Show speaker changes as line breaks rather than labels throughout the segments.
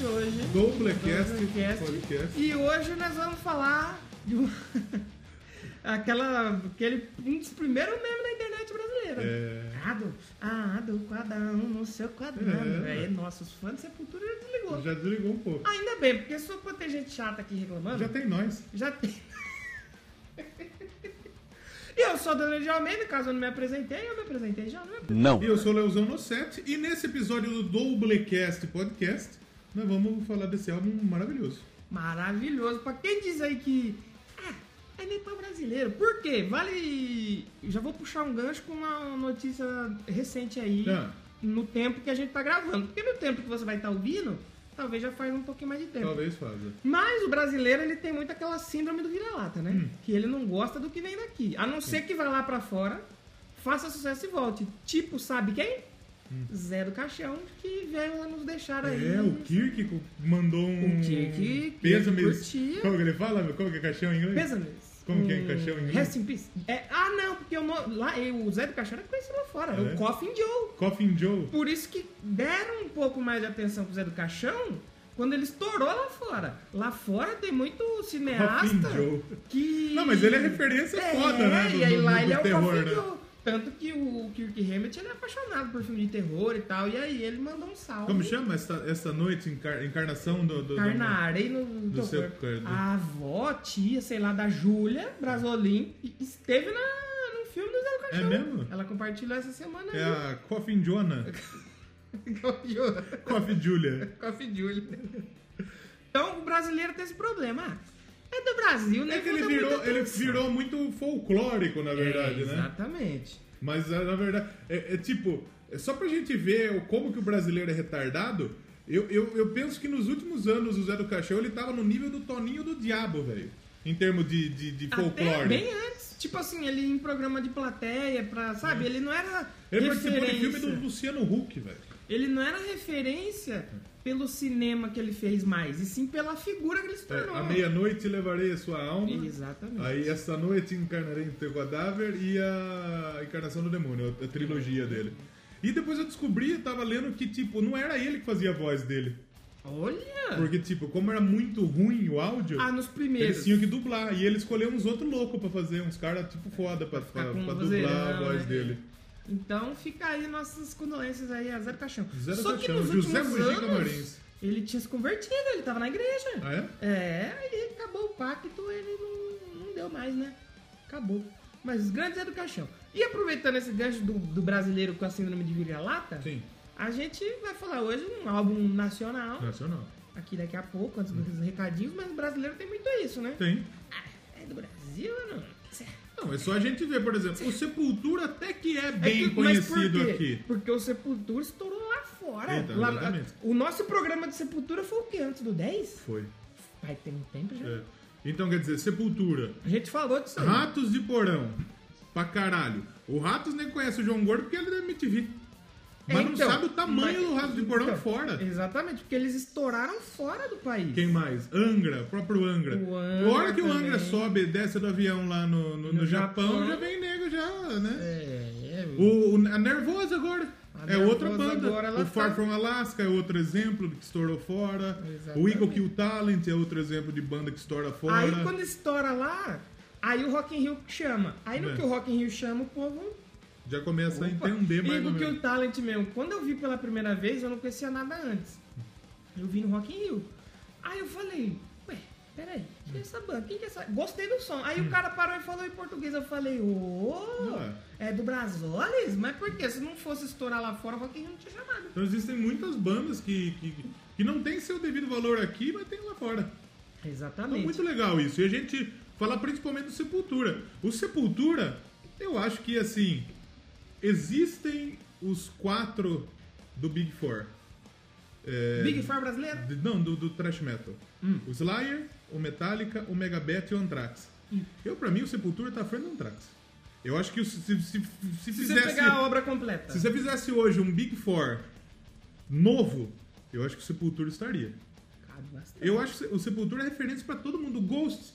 um
Do Blackcast,
Do Blackcast.
podcast.
E hoje nós vamos falar de uma... Aquela, aquele, um dos primeiros memes da internet brasileira.
É.
Ado, ado, cada um no seu quadrado.
É.
Aí, nossa, os fãs de Sepultura já desligou.
Já desligou um pouco.
Ainda bem, porque só pra ter gente chata aqui reclamando,
Já
já,
tem nós.
tem. eu sou o Daniel de Almeida, caso eu não me apresentei, eu me apresentei já, né? não me apresentei.
Não.
E eu sou o Leozão no set e nesse episódio do Doublecast Podcast nós vamos falar desse álbum maravilhoso.
Maravilhoso. Pra quem diz aí que. Ah, é nem pra brasileiro. Por quê? Vale. Já vou puxar um gancho com uma notícia recente aí.
Ah.
No tempo que a gente tá gravando. Porque no tempo que você vai estar ouvindo, talvez já faz um pouquinho mais de tempo.
Talvez faça.
Mas o brasileiro, ele tem muito aquela síndrome do vira-lata, né?
Hum.
Que ele não gosta do que vem daqui. A não ser que vá lá pra fora, faça sucesso e volte. Tipo, sabe quem? Zé do Caixão, que veio lá nos deixar aí.
Hum. É, o Kirk co- mandou um.
O Kirk-
Pêsames.
curtia.
Como que ele fala? Como que é caixão em inglês?
Pêsames.
Como que é
Hum,
caixão em inglês?
Rest in peace. É, ah, não, porque eu não- lá, eu- o Zé do Caixão era conhecido lá fora.
É?
O Coffin Joe.
Coffin Joe.
Por isso que deram um pouco mais de atenção pro Zé do Caixão quando ele estourou lá fora. Lá fora tem muito cineasta
Coffin Joe.
que...
Não, mas ele é referência
É,
foda, né?
E aí
do-
lá
do
ele é o
terror,
Coffin
né?
Joe. Tanto que o Kirk Hammett ele é apaixonado por filme de terror e tal. E aí ele mandou um salve.
Como chama essa, essa noite, encar- encarnação do. do, do-
Carnarei no, no
do
teu
seu
corpo.
corpo.
A avó, tia, sei lá, da Júlia Brasolim, e- esteve na, no filme do Zé do Caixão.
É mesmo?
Ela compartilhou essa semana
É a Coffin Jonah.
aí. Com
Coffin Julia.
a Júlia. Então, o brasileiro tem esse problema. Ah, é do Brasil, né?
É que ele
Muita-
virou,
muita
ele
atenção.
virou muito folclórico, na verdade,
É,
né?
Exatamente.
Mas é, na verdade, é, é tipo, é só pra gente ver o- como que o brasileiro é retardado. Eu, eu, eu penso que nos últimos anos o Zé do Caixão ele tava no nível do Toninho do Diabo, velho. Em termos de, de, de
Até
folclore.
bem antes. Tipo assim, ele em programa de plateia, pra, sabe? Ele não era.
É. Ele participou de
referência.
filme do Luciano Huck, velho.
Ele não era referência pelo cinema que ele fez mais, e sim pela figura que ele se
É,
tornou.
à meia-noite levarei a sua alma.
Exatamente.
Aí essa noite encarnarei o teu cadáver e a encarnação do demônio, a trilogia dele. E depois eu descobri, eu tava lendo que, tipo, não era ele que fazia a voz dele.
Olha!
Porque, tipo, como era muito ruim o áudio,
Ah, nos
eles
primeiros.
tinham que dublar. E ele escolheu uns outros loucos pra fazer, uns caras, tipo, foda pra, pra,
com
pra
vozeirão,
dublar a voz
né?
dele.
Então fica aí nossas condolências aí a Zero Caixão.
Zero
Só que
Caixão,
nos
José
últimos
Mojica
anos,
Marins.
ele tinha se convertido, ele tava na igreja.
Ah, é?
É, aí acabou o pacto, ele não, não deu mais, né? Acabou. Mas os grandes é do caixão. E aproveitando esse gancho do, do brasileiro com a síndrome de vira-lata,
Sim.
a gente vai falar hoje um álbum nacional,
Nacional.
aqui daqui a pouco, antes
Hum.
dos recadinhos, mas o brasileiro tem muito isso, né?
Tem.
Ah, é do Brasil ou não?
Não, é só a gente ver, por exemplo, o Sepultura até que é
É
bem
que- mas
conhecido
por quê?
aqui.
Porque o Sepultura estourou lá fora.
Eita,
Lá-
exatamente.
o nosso programa de Sepultura foi o quê? Antes do 10?
Foi.
Vai ter um tempo já.
É. Ah, Então, quer dizer, Sepultura,
A gente falou disso aí.
Ratos de Porão. Pra caralho. O Ratos nem conhece o João Gordo porque ele é da MTV.
É,
Mas não
então,
sabe o tamanho
mas-
do Ratos de Porão
então,
fora.
Exatamente, porque eles estouraram fora do país.
Quem mais? Angra, o próprio Angra.
O Angra
a hora que o
também.
Angra sobe e desce do avião lá no, no, no
No
Japão,
Japão.
já vem nego já, né?
É, é.
O, o- a Nervosa agora.
A
é outra
Nervosa
banda.
agora, ela
o Far
tá-
From Alaska é outro exemplo que estourou fora. O
Exatamente.
Eagle Kill Talent é outro exemplo de banda que estoura fora.
Aí quando estoura lá, aí o Rock in Rio chama. Aí no
É.
que o Rock in Rio chama, o povo...
Já começa a
opa,
entender mais
Digo
ou
que
menos.
o Talent mesmo, quando eu vi pela primeira vez, eu não conhecia nada antes. Eu vi no Rock in Rio. Aí eu falei, ué, peraí, que é essa banda? Quem que é essa? Gostei do som. Aí o cara parou e falou em português. Eu falei, ô,
Hum. Ué.
é do Brasolis? Mas por quê? Se não fosse estourar lá fora, o Rock in Rio não tinha chamado.
Então existem muitas bandas que, que, que não tem seu devido valor aqui, mas tem lá fora. Então,
Exatamente.
muito legal isso. E a gente fala principalmente do Sepultura. O Sepultura, eu acho que assim, existem os quatro do Big Four. É,
Big Four Hum. brasileiro?
de- Não, do, do thrash metal. O Slayer, o Metallica, o Megadeth e o Anthrax. Eu, pra mim, o Sepultura tá à frente do Anthrax. Eu acho que se, se, se, se
Se
fizesse...
você pegar a obra completa.
Se você fizesse hoje um Big Four novo, eu acho que o Sepultura estaria.
Cabe bastante.
Eu acho que o Sepultura é referência pra todo mundo. O Ghost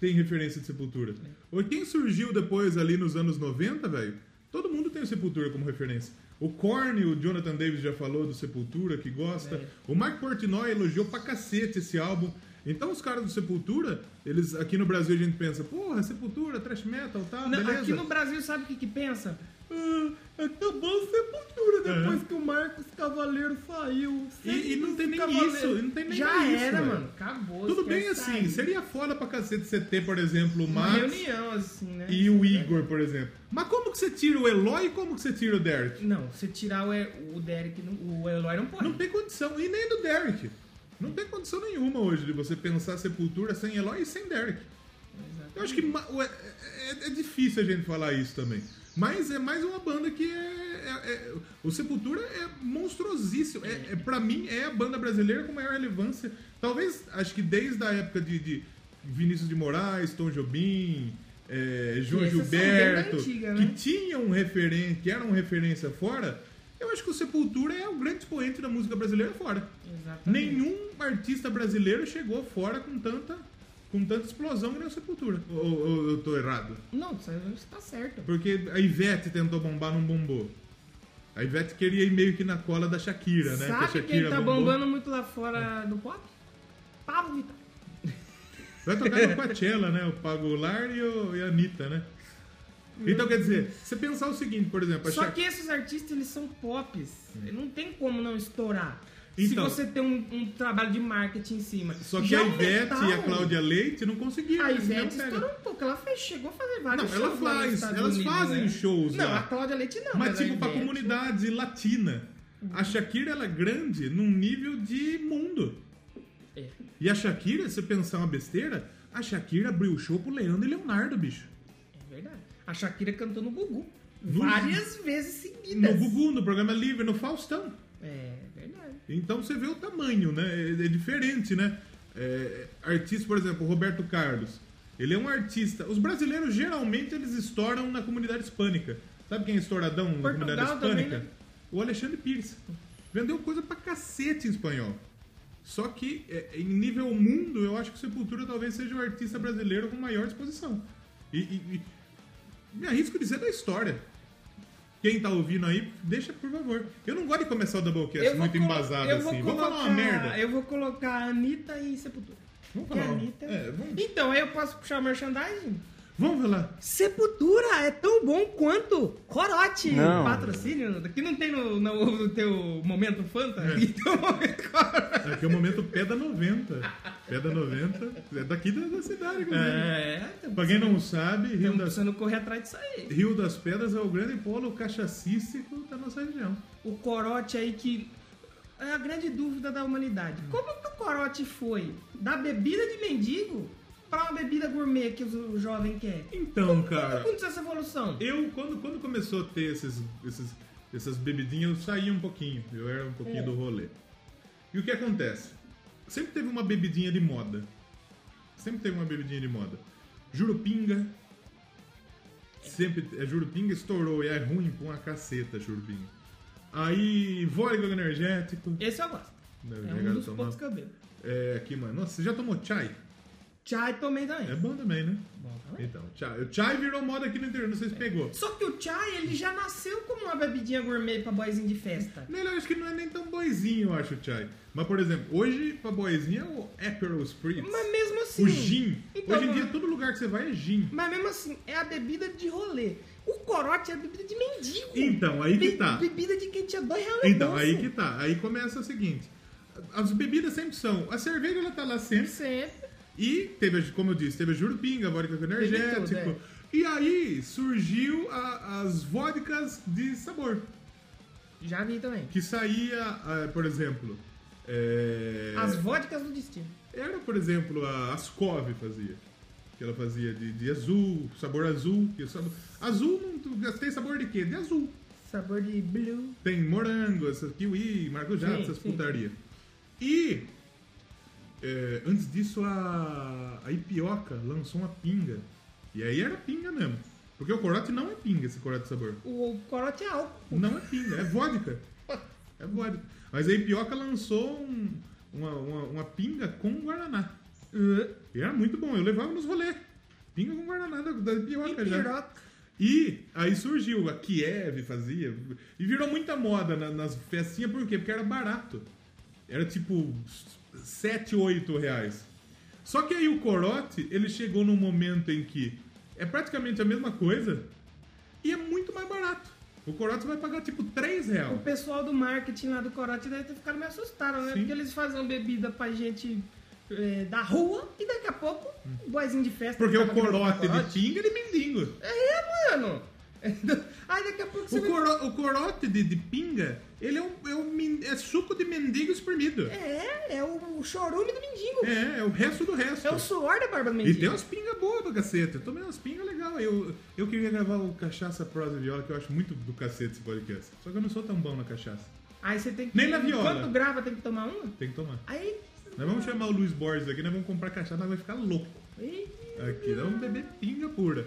tem referência de Sepultura. Ou Quem surgiu depois ali nos anos 90, velho, todo mundo tem o Sepultura como referência. O Korn, o Jonathan Davis já falou do Sepultura, que gosta.
É.
O Mike Portnoy elogiou pra cacete esse álbum. Então os caras do Sepultura, eles aqui no Brasil a gente pensa, porra, Sepultura, thrash metal, tá,
Não,
beleza.
aqui no Brasil, sabe o que, que pensa?
Ah,
Acabou a sepultura
depois
é que o Marcos Cavaleiro saiu.
É. E- e não tem nem Cavaleiro. isso, e não tem nem
Já
isso,
era,
mano.
mano. Acabou.
Tudo bem
esquece
assim,
aí.
seria foda pra cacete você ter, por exemplo, o
Uma
Max
reunião, assim, né?
e o Igor, por exemplo. Mas como que você tira o Eloy e como que você tira o Derek?
Não, você tirar o, E- o Derek, não- o Eloy não pode.
Não tem condição, e nem do Derek. Não tem condição nenhuma hoje de você pensar Sepultura sem Eloy e sem Derek.
Exato.
Eu acho que ma- ué, é, é- é difícil a gente falar isso também. Mas é mais uma banda que é. é- é- o Sepultura é monstruosíssimo. É, é, pra mim, é a banda brasileira com maior relevância. Talvez, acho que desde a época de, de Vinícius de Moraes, Tom Jobim, é, João
essas são bem
Gilberto,
da antiga,
que
né?
tinham referência, que eram referência fora, eu acho que o Sepultura é o grande expoente da música brasileira fora.
Exatamente.
Nenhum artista brasileiro chegou fora com tanta, com tanta explosão que nem o Sepultura. Ou, ou eu tô errado?
Não, você você tá certo.
Porque a Ivete tentou bombar, não bombou. A Ivete queria ir meio que na cola da Shakira, né? que a
Sabe
Shakira
quem tá
bombou.
bombando muito lá fora do pop? Pablo Vittar.
Vai tocar no Coachella, né? O Pagolar e, o, e a Anitta, né? Então, quer dizer, você pensar o seguinte, por exemplo... A
Só
Shakira...
que esses artistas, eles são pops. Não tem como não estourar.
Então.
Se você tem um, um trabalho de marketing em cima.
Só que
Já
a
o
Ivete
metal,
e a Cláudia Leite não conseguiram.
A
eles não
Ivete
pegam.
estourou um pouco. Ela fez, chegou a fazer vários
Não, ela
shows lá nos
faz,
Estados
elas
Unidos,
fazem
né?
shows
Não,
lá.
a Cláudia Leite não.
Mas,
a
tipo, pra
Ivete-
comunidade latina. A Shakira, ela é grande num nível de mundo.
É.
E a Shakira, se pensar uma besteira, a Shakira abriu o show pro Leandro e Leonardo, bicho.
É verdade. A Shakira cantou no Gugu.
No-
Várias vezes seguidas.
No Gugu, no programa livre, no Faustão.
É verdade.
Então você vê o tamanho, né? É, é diferente, né? É, artista, por exemplo, o Roberto Carlos. Ele é um artista. Os brasileiros geralmente eles estouram na comunidade hispânica. Sabe quem é estouradão na
Portugal
comunidade
também,
hispânica?
né?
O Alexandre Pires. Vendeu coisa pra cacete em espanhol. Só que é, em nível mundo, eu acho que o Sepultura talvez seja o artista brasileiro com maior exposição. E, e- e me arrisco a dizer da história. Quem tá ouvindo aí, deixa por favor. Eu não gosto de começar o Doublecast
vou
muito
colo-
embasado
eu
assim.
Vou
Vamos
colocar,
falar uma merda.
Eu vou colocar a Anitta e Sepultura.
Vamos
Que a
falar. uma-
Anitta...
É, vamos,
Então, aí eu posso puxar o merchandising?
vamos falar.
Sepultura é tão bom quanto Corote.
Não.
Patrocínio, que não tem no, no, no teu momento Fanta.
É.
Então, momento Corote.
Aqui é o momento pé da 90. Pé da 90 é daqui da, da cidade, inclusive.
É,
Pra quem não sabe, Rio
estamos
das,
precisando correr atrás disso aí.
Rio das Pedras é o grande polo cachacístico da nossa região.
O Corote aí que é a grande dúvida da humanidade.
Hum.
Como que o Corote foi da bebida de mendigo pra uma bebida gourmet que o jovem quer?
Então,
Como
cara,
aconteceu essa evolução?
eu quando, quando começou a ter esses, esses, essas bebidinhas, eu saía um pouquinho. Eu era um pouquinho
É.
do rolê. E o que acontece? Sempre teve uma bebidinha de moda. Sempre teve uma bebidinha de moda. Jurupinga.
É.
Sempre. A Jurupinga estourou e é ruim com uma caceta, Jurupinga. Aí, vôlego energético.
Esse eu gosto.
Não,
É
já
um dos
tomar-
poucos que eu bebo.
É, aqui, mano. Nossa, você já tomou chai?
Chai tomei também.
É bom também, né?
Bom também.
Então, chai. O chai virou moda aqui no interior, não sei
É.
se pegou.
Só que o chai, ele já nasceu como uma bebidinha gourmet pra boyzinho de festa.
Não, eu acho que não é nem tão boizinho, eu acho, o Chai. Mas, por exemplo, hoje pra boizinho é o Aperol Spritz.
Mas mesmo assim...
o gin.
Então,
hoje em
mas-
dia, todo lugar que você vai é gin.
Mas mesmo assim, é a bebida de rolê. O corote é a bebida de mendigo.
Então, aí que
Be-
tá.
Bebida de quem tinha dois reais na
Então,
bolsa.
aí que tá. Aí começa o seguinte. As bebidas sempre são. A cerveja, ela tá lá sempre.
Sempre.
E teve, a- como eu disse, teve a jurupinga, a vodka com energético.
tudo, é.
E aí surgiu a- as vodkas de sabor.
Já vi também.
Que saía, ah, por exemplo... é,
As vodkas do destino.
Era, por exemplo, a Ascov fazia. Que ela fazia de, de azul, sabor azul. Que sab... Azul não tu- tem sabor de quê? De azul.
Sabor de blue.
Tem morango, essa kiwi, maracujá,
Sim,
essas
sim.
putaria. E é, antes disso a, a Ipioca lançou uma pinga. E aí era pinga mesmo. Porque o corote não é pinga, esse corote de sabor.
O corote é álcool.
Não é pinga, é vodka. É vodka. Mas a Ipioca lançou um- uma, uma, uma pinga com Guaraná. E era muito bom, eu levava nos rolê. Pinga com guaraná da, da
E
pioca já.
piroca.
E aí surgiu, a Kiev fazia, e virou muita moda na- nas festinhas, por quê? Porque era barato. Era tipo 7, 8 reais. Só que aí o corote, ele chegou num momento em que é praticamente a mesma coisa e é muito mais barato. O corote vai pagar tipo 3 reais.
O pessoal do marketing lá do Corote deve ter ficado meio assustado, né?
Sim.
Porque eles faziam bebida pra gente é, da rua e daqui a pouco, o boizinho de festa.
Hum. Porque
que
o
tava bebendo
corote de pinga, ele é mendigo.
É, mano! Aí daqui a pouco você
O,
vai.
coro- o corote de, de pinga, ele é, um, é, um men- é suco de mendigo espremido. É,
É, é o chorume do mendigo. É,
é, o resto do resto.
o suor da barba do um
E
mendigo.
tem umas pingas boas pra cacete. Eu tomei umas pingas legal. Eu, eu queria gravar o Cachaça Prosa e Viola, que eu acho muito do cacete esse podcast. Só que eu não sou tão bom na cachaça.
Aí você tem que.
Nem na viola.
Enquanto grava, tem que tomar uma?
Tem que tomar.
Aí.
Nós vamos chamar o Luiz Borges aqui, nós vamos comprar cachaça, nós vamos ficar louco.
Ih,
Aqui, um nós vamos beber pinga pura.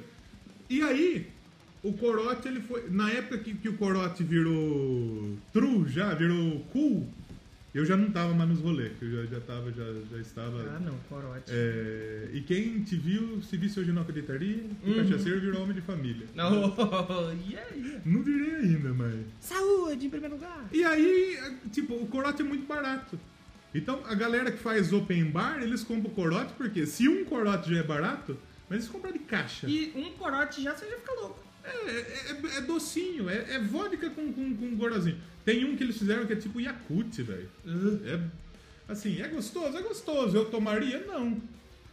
E aí, o Corote, ele foi... Na época que, que o Corote virou true já, virou cool, eu já não tava mais nos rolês. que Eu já, já tava, já, já estava...
Ah, não, corote.
É, e quem te viu, se visse hoje não acreditaria, o
Uhum.
cachaceiro virou homem de família.
Não, e aí?
Não virei ainda, mas.
Saúde em primeiro lugar.
E aí, tipo, o corote é muito barato. Então, a galera que faz open bar, eles compram o corote, porque se um corote já é barato, mas eles compram de caixa.
E um corote já, você já fica louco.
É, é- é- é docinho, é, é vodka com, com, com gorozinho. Tem um que eles fizeram que é tipo Yakut, velho.
Uhum.
É, assim, é gostoso, é gostoso. Eu tomaria? Não.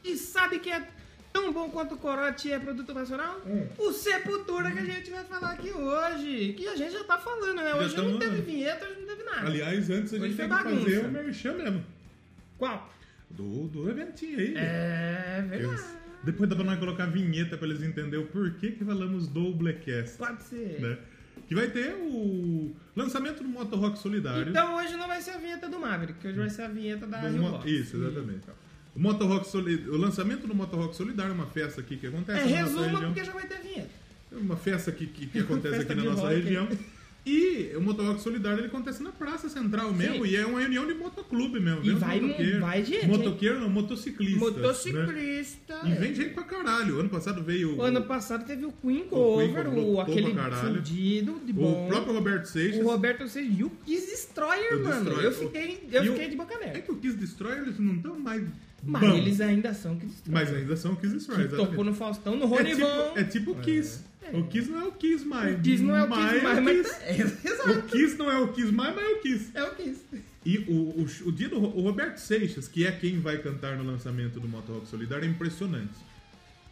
E sabe que é tão bom quanto o corote é produto nacional?
Hum.
O Sepultura que a gente vai falar aqui hoje. Que a gente já tá falando, né?
Já
Hoje não
tamo-
teve vinheta, hoje não teve nada.
Aliás, antes a
Hoje
gente
foi
tem que fazer
bagunça.
o merchan mesmo.
Qual?
Do, do eventinho aí.
É
Deus.
verdade.
Depois dá pra nós colocar a vinheta pra eles entenderem o porquê que falamos do Blackcast.
Pode ser.
né? Que vai ter o lançamento do Moto Rock Solidário.
Então hoje não vai ser a vinheta do Maverick, que hoje vai ser a vinheta da
Do
Rio
mo-
Box.
Isso, exatamente. O, Moto Rock Soli- o lançamento do Moto Rock Solidário, uma festa aqui que
É,
acontece na nossa
resuma
região. É
porque já vai ter a vinheta.
Uma festa que, que, que acontece
Festa
aqui na
de
nossa
rock.
região. E o Moto Rock Solidário ele acontece na Praça Central mesmo,
Sim.
e é uma reunião de motoclube mesmo.
E
vem os
vai-
motoqueiros.
vai gente, hein?
Motoqueiro não, motociclista. né?
Motociclista.
E vem gente pra caralho. Ano passado veio
O ano passado teve o Queen
Queen
Cover,
lotou
o,
pra
aquele
caralho.
fudido de bom.
o próprio Roberto Seixas.
O Roberto Seixas e o Kiss Destroyer,
O
mano.
Destroyer.
Eu fiquei, eu
E o-
fiquei de boca
É
aberta.
que o Kiss Destroyer eles não estão mais.
Mas
bom.
eles ainda são Kiss Destroyer.
Mas ainda são o Kiss Destroyer.
é. que
exatamente.
tocou no Faustão, no
é, tipo,
Ronivon.
é tipo o Kiss. O Kiss não é o Kiss mais.
O Kiss não é o
mas
Kiss
é
mais,
o
mas...
Kiss.
É,
O
Exato.
Kiss não é o Kiss mais, mas é o Kiss.
É o Kiss.
E o, o, o dia do Ro- o Roberto Seixas, que é quem vai cantar no lançamento do Moto Rock Solidário, é impressionante.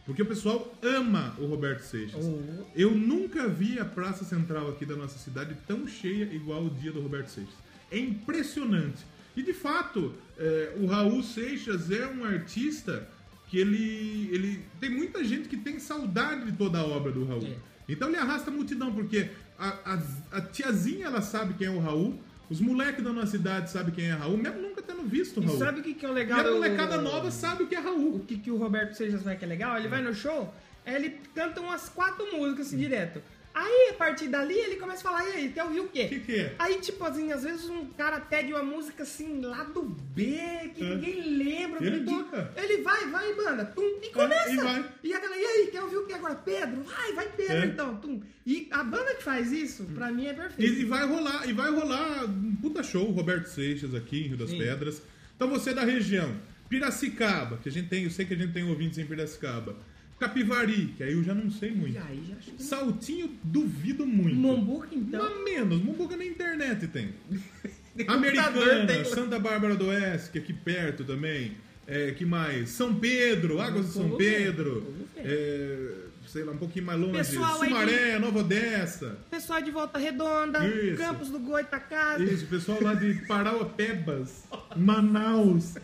Porque o pessoal ama o Roberto Seixas.
Oh.
Eu nunca vi a praça central aqui da nossa cidade tão cheia igual o dia do Roberto Seixas. É impressionante. E de fato, é, o Raul Seixas é um artista que ele, ele. Tem muita gente que tem saudade de toda a obra do Raul.
É.
Então ele arrasta a multidão, porque a, a- a tiazinha ela sabe quem é o Raul, os moleques da nossa cidade sabem quem é Raul, mesmo nunca tendo visto o
E
Raul.
sabe o que, que é o
e
legal?
a
do-
molecada nova sabe o que é Raul.
O que, que o Roberto Seixas vai que é legal? Ele vai no show, aí ele canta umas quatro músicas
Hum.
assim, direto. Aí, a partir dali, ele começa a falar, e aí, quer ouvir o quê?
O que, que é?
Aí, tipo assim, às vezes um cara pede uma música assim lá do B, que
É.
ninguém lembra.
E ele
que-
toca. É,
Ele vai, vai, banda, tum, e começa.
e vai.
E a galera, e aí, quer ouvir o que agora? Pedro, vai, vai, Pedro,
É.
então, tum. E a banda que faz isso, pra mim, é
E,
perfeito.
e vai rolar, e vai rolar um puta show, Roberto Seixas aqui em Rio das
Sim.
Pedras. Então você da região, Piracicaba, que a gente tem, eu sei que a gente tem ouvintes em Piracicaba. Capivari, que aí eu já não sei
E
muito.
aí, já acho que...
Saltinho, duvido muito.
Mombuca, então.
Mas menos, Mumbuca na internet tem.
computador
Americana,
tem-
Santa Bárbara do Oeste, que é aqui perto também. É, que mais? São Pedro, Águas de São
Povo velho,
Pedro.
povo
É, sei lá, um pouquinho mais longe.
Pessoal aí de-
Sumaré, Nova Odessa.
Pessoal de Volta Redonda,
Isso.
Campos do Goitacazes.
Isso, o pessoal lá de Parauapebas, Manaus.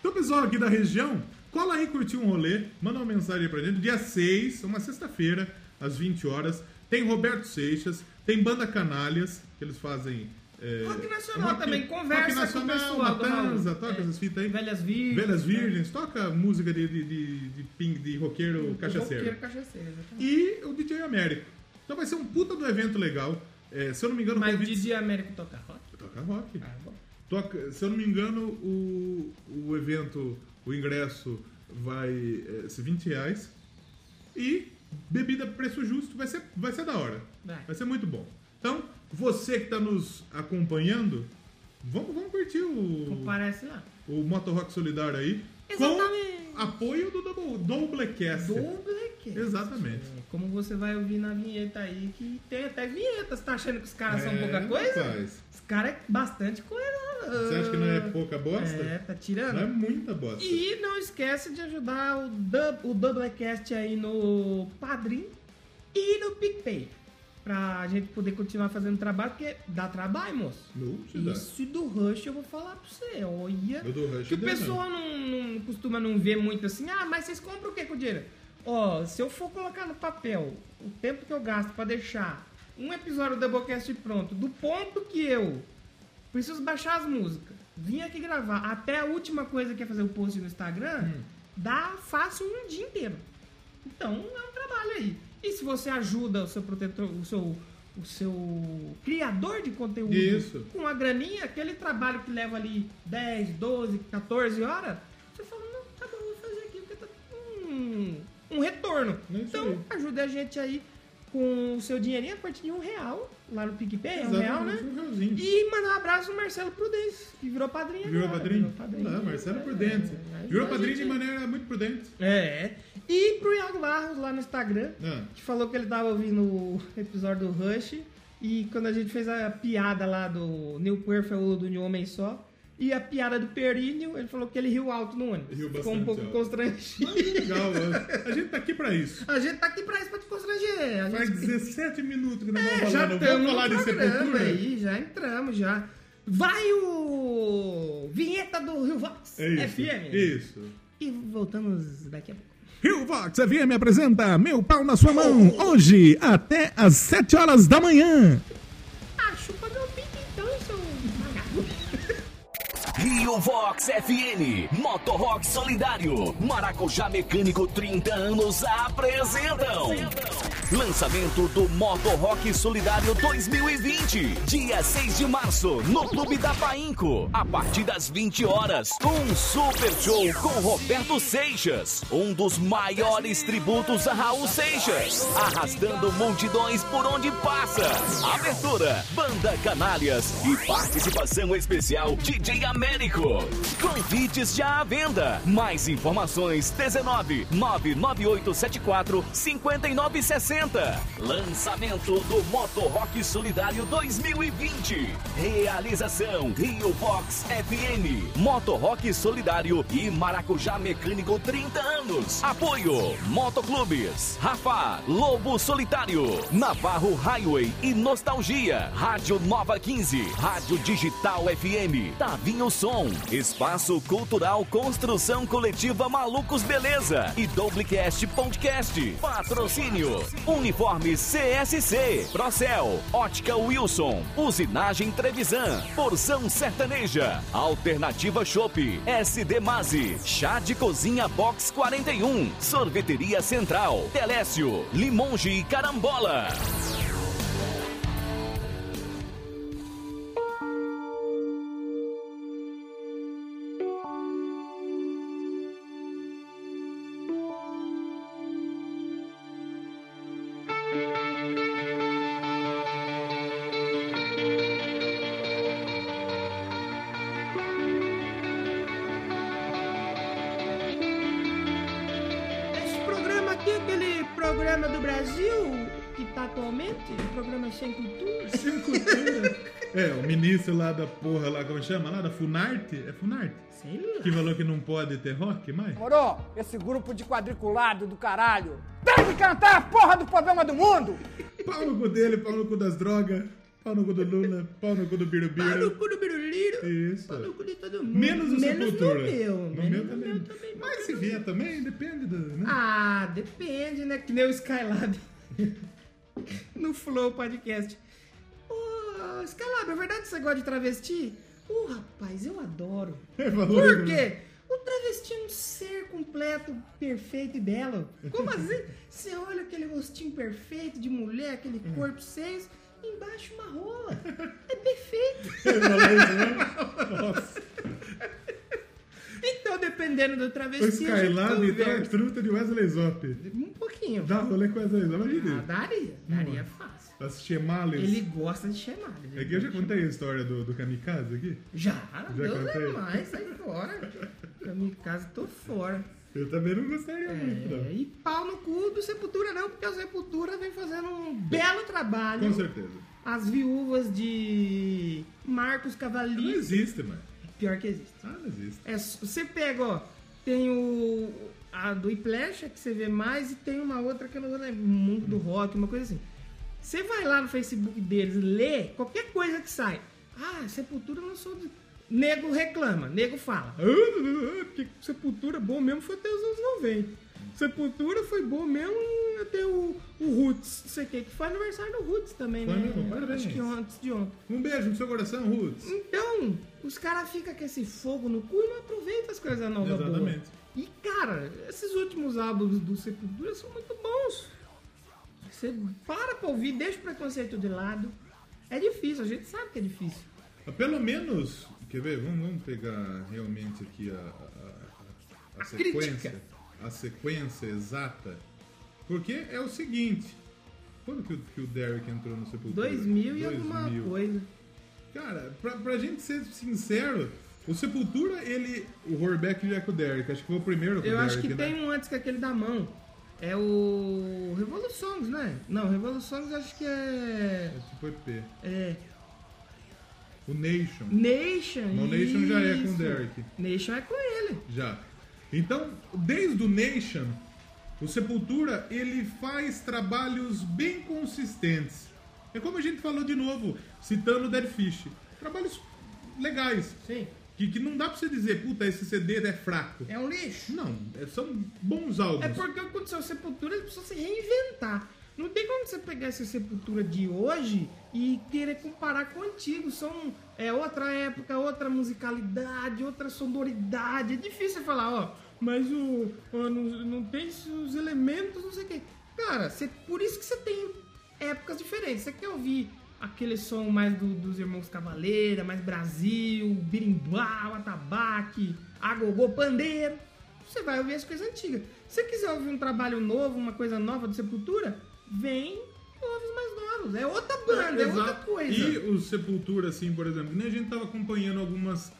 Então, pessoal aqui da região, cola aí curtir um rolê, manda uma mensagem aí pra gente. Dia 6, uma sexta-feira, às 20 horas. Tem Roberto Seixas, tem Banda Canalhas, que eles fazem. É,
Rock nacional também, conversa
rock
com o
nacional,
pessoal
Uma
do Raul.
tanza, toca
É. né?
essas fitas aí.
Velhas Virgens.
Velhas Virgens, toca música de, de, de, de ping, de roqueiro cachaceiro
Roqueiro cachaceiro, exatamente.
e o DJ Américo. Então vai ser um puta do evento legal. É, se eu não me engano,
Mas
convite-
Didi Américo toca rock?
Toca rock.
Ah, bom.
Toca- se eu não me engano, o, o eh, evento, o ingresso vai é, ser 20 reais. E bebida preço justo, vai ser, vai ser da hora.
Vai.
Vai ser muito bom. Então, você que está nos acompanhando, vamos, vamos curtir o,
Comparece lá.
o Moto Rock Solidário aí.
Exatamente.
Com apoio do Double, Doublecast.
Doublecast.
Exatamente.
É, como você vai ouvir na vinheta aí, que tem até vinheta. Você tá achando que os caras são
É,
pouca coisa?
rapaz.
Os caras é bastante coisa.
Você acha que não é pouca bosta?
É, tá tirando.
Não é muita bosta.
E não esquece de ajudar o, Dub, o Doublecast aí no Padrim e no PicPay. Pra gente poder continuar fazendo trabalho, porque dá trabalho, moço.
Não te dá.
Isso do Rush eu vou falar pra você, olha.
Eu dou rush
Que o
deu, não.
pessoal não, não costuma não ver muito assim, ah, mas vocês compram o que com o dinheiro? Ó, se eu for colocar no papel o tempo que eu gasto pra deixar um episódio do Doublecast pronto, do ponto que eu preciso baixar as músicas, vim aqui gravar, até a última coisa que é fazer o post no Instagram,
Hum.
dá fácil um dia inteiro. Então é um trabalho aí. E se você ajuda o seu protetor, o seu, o seu criador de conteúdo
Isso.
com a graninha, aquele trabalho que leva ali 10, 12, 14 horas, você fala, não, tá bom, vou fazer aqui, porque tá um, um retorno.
É isso
então
aí.
ajuda a gente aí com o seu dinheirinho a partir de um real, lá no PicPay, é um real,
Exatamente,
né?
um realzinho.
E mandar um abraço pro Marcelo Prudence, que virou padrinho
Virou
agora,
padrinho?
Virou padrinho.
Não, Marcelo Prudente.
É, é,
Virou
a
padrinho
gente-
de maneira muito prudente.
É. E pro Iago Barros lá no Instagram,
Ah,
que falou que ele tava ouvindo o episódio do Rush. E quando a gente fez a piada lá do New Perfect ou do New Homem Só, e a piada do Períneo, ele falou que ele riu alto no ônibus.
Riu
Ficou um
bastante
pouco
alto.
constrangido.
é legal, ó. a gente tá aqui pra isso.
A gente tá aqui pra isso, pra te constranger. A
Faz
gente...
17 minutos que nós
É,
vamos
já
falar. Não vamos
estamos
falar de
no programa
sepultura?
aí, já entramos, já. Vai o... Vinheta do Rio Vox
É isso.
FM.
Isso.
E voltamos daqui a pouco.
Rio Vox FM apresenta Meu Pau na Sua Mão, hoje até às 7 horas da manhã.
Ah, chupa meu pinto então, seu vagabundo.
Rio Vox FM, Motorrock Solidário, Maracujá Mecânico 30 anos apresentam. Lançamento do Motorrock Solidário 2020, dia 6 de março, no Clube da Painco, a partir das 20 horas, um super show com Roberto Seixas, um dos maiores tributos a Raul Seixas, arrastando multidões por onde passa. Abertura, Banda Canalhas e participação especial DJ Américo. Convites já à venda. Mais informações 19 99874 5960. Lançamento do Moto Rock Solidário 2020. Realização Rio Fox FM, Moto Rock Solidário e Maracujá Mecânico 30 anos. Apoio Motoclubes, Rafa, Lobo Solitário, Navarro Highway e Nostalgia, Rádio Nova 15, Rádio Digital FM, Tavinho Som, Espaço Cultural Construção Coletiva Malucos Beleza e Doublecast Podcast. Patrocínio, Uniforme CSC, Procel, Ótica Wilson, Usinagem Trevisan, Porção Sertaneja, Alternativa Shop, SD Mazi, Chá de Cozinha Box 41, Sorveteria Central, Telécio, Limonge e Carambola.
Esse programa aqui, é aquele programa do Brasil que tá atualmente, o programa Sem Cultura.
É, o ministro lá da porra, lá como chama? Lá da Funarte? É Funarte?
Sei lá.
Que falou que não pode ter rock mais?
Morou? Esse grupo de quadriculado do caralho tem que cantar a porra do problema do mundo!
Pau no cu dele, pau no cu das drogas, pau no cu do Lula, pau no cu do
Pau no
Birubiru.
cu do biruliro,
Isso.
pau no cu de todo mundo.
Menos o Sepultura.
no meu.
No
menos no
meu também.
meu também.
Mas se vier também, depende do. Né?
Ah, depende, né? Que nem o Skylab. no Flow Podcast. Ô, Skylab, é verdade que você gosta de travesti? Ô, rapaz, eu adoro.
Falou,
Por
né?
quê? O travesti é um ser completo, perfeito e belo. Como assim? Você olha aquele rostinho perfeito de mulher, aquele
É.
corpo seis, embaixo uma rola. É perfeito.
Ele falou isso, né? Nossa.
Então, dependendo do
O
travesti. a gente
Skylab então é
conversa.
truta de Wesley Zop.
Um pouquinho.
Dá rolê com Wesley Zop,
Ah,
imagina.
daria. Daria fácil.
Pra assistir é Males.
Ele gosta de chamar. ele
É que eu já contei a história do, do kamikaze aqui.
Já, Deus
contei?
é mais, sai fora. Eu me caso, tô fora.
Eu também não gostaria muito, não.
É, e pau no cu do Sepultura não, porque o Sepultura vem fazendo um belo trabalho.
Com certeza.
As viúvas de Marcos
Não
Cavalli,
existe, mano.
pior que existe.
Ah, não existe.
É, s- você pega, ó, tem o a do Iplecha, que você vê mais, e tem uma outra que eu não vou lembrar, Mundo do Rock, uma coisa assim. Você vai lá no Facebook deles, lê qualquer coisa que sai. Ah, Sepultura lançou... De... Nego reclama, nego fala.
uh,
Ah, ah, ah, Porque Sepultura bom mesmo foi até os anos 90. Sepultura foi bom mesmo até o, o Roots, não sei o que, que foi aniversário do Roots também,
Foi
né?
mesmo, parabéns.
Acho que antes de ontem.
Um beijo no seu coração, Roots.
Então, os caras ficam com esse fogo no cu e não aproveitam as coisas novas
Exatamente.
boas. E, cara, esses últimos álbuns do Sepultura são muito bons. Você para pra ouvir, deixa o preconceito de lado. É difícil, a gente sabe que é difícil.
Pelo menos, quer ver? Vamos, vamos pegar realmente aqui a, a- a- a
A
sequência.
crítica.
A sequência exata. Porque é o seguinte. Quando que o, que o Derek entrou no Sepultura?
2000 e alguma
2000.
coisa.
Cara, pra, pra gente ser sincero, o Sepultura, ele. O Horbeck já é com o Derek. Acho que foi o primeiro com o
Eu
Derek,
acho que
né?
tem um antes que é aquele da mão. É o Revoluções, né? Não, Revoluções acho que é...
Acho que foi tipo P.
É...
O Nation.
Nation.
No Nation já é com o
isso.
Derek.
Nation é com ele.
Já. Então, desde o Nation, o Sepultura, ele faz trabalhos bem consistentes. É como a gente falou de novo, citando o Dead Fish. Trabalhos legais.
Sim.
Que, que não dá pra você dizer, puta, esse CD é fraco.
É um lixo.
Não, é- são bons álbuns.
É porque quando são sepulturas, as pessoas se reinventar. Não tem como você pegar essa sepultura de hoje e querer comparar com o antigo. São é, outra época, outra musicalidade, outra sonoridade. É difícil você falar, ó, mas o, ó, não, não tem os elementos, não sei o quê. Cara, você- por isso que você tem épocas diferentes. Você quer ouvir aquele som mais do- dos Irmãos Cavaleira, mais Brasil, Birimbau, Atabaque, Agogô, Pandeiro você vai ouvir as coisas antigas. Se você quiser ouvir um trabalho novo, uma coisa nova do Sepultura, vem e ouve os mais novos. É outra banda, é, outra
Exato.
coisa.
E o Sepultura, assim, por exemplo, né, a gente tava acompanhando algumas,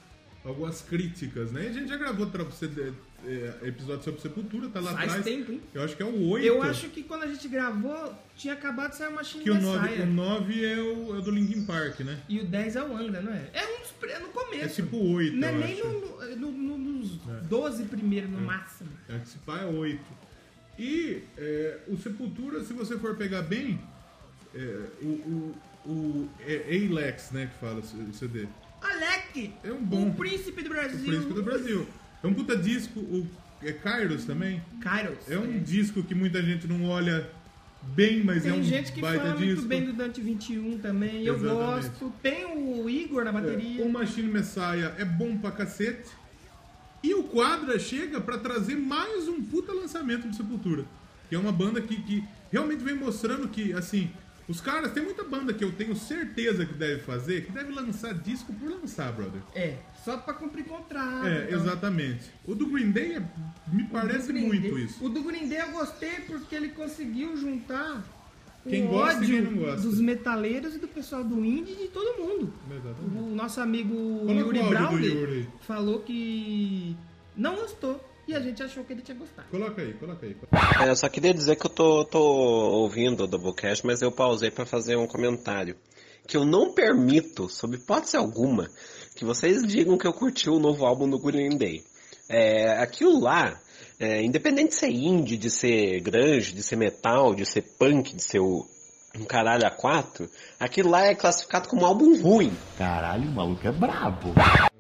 algumas críticas, né? A gente já gravou tra- CD, é, episódio sobre Sepultura, tá lá
Faz
atrás.
tempo, hein?
Eu acho que é o 8.
Eu acho que quando a gente gravou, tinha acabado de sair o Machine
que o
Messiah.
9, o 9 é, o, é o do Linkin Park, né?
E o 10 é o Angra, não é? É um dos pri- é no começo.
É tipo 8,
Não é
eu
nem
acho.
no- no- no- nos 12 primeiros, no máximo.
É que se pá é 8. E é, o Sepultura, se você for pegar bem, é, o, o, o é Alex, né, que fala o CD.
Alec!
É um bom-
O príncipe do
O
Brasil.
Príncipe do Brasil. É um puta disco, o, é Kairos também.
Kairos.
É um disco que muita gente não olha bem, mas
Tem
é um
gente que
baita
fala
disco.
muito bem do Dante 21 também. Eu
Exatamente.
gosto. Tem o Igor na bateria.
É, O Machine Messiah é bom pra cacete. E o Quadra chega pra trazer mais um puta lançamento do Sepultura. Que é uma banda que, que realmente vem mostrando que, assim, os caras. Tem muita banda que eu tenho certeza que deve fazer, que deve lançar disco por lançar, brother.
É, só pra cumprir contrato.
é,
então.
exatamente. O do Green Day é- me parece
O do Green
muito
Day-
isso.
O do Green Day eu gostei porque ele conseguiu juntar
Quem
o
gosta e
ódio
quem não gosta.
dos metaleiros e do pessoal do indie e de todo mundo.
Exatamente.
O nosso amigo
Coloca
Yuri
o áudio do
Brown
Yuri.
falou que não gostou e a gente achou que ele tinha gostado.
Coloca aí, coloca aí.
É, eu só queria dizer que eu tô, tô ouvindo o Doublecast, mas eu pausei para fazer um comentário. Que eu não permito, sob hipótese alguma, que vocês digam que eu curti o novo álbum do Green Day. É, aquilo lá, é, independente de ser indie, de ser grunge, de ser metal, de ser punk, de ser o, um caralho a quatro, aquilo lá é classificado como álbum ruim.
Caralho, o maluco é brabo.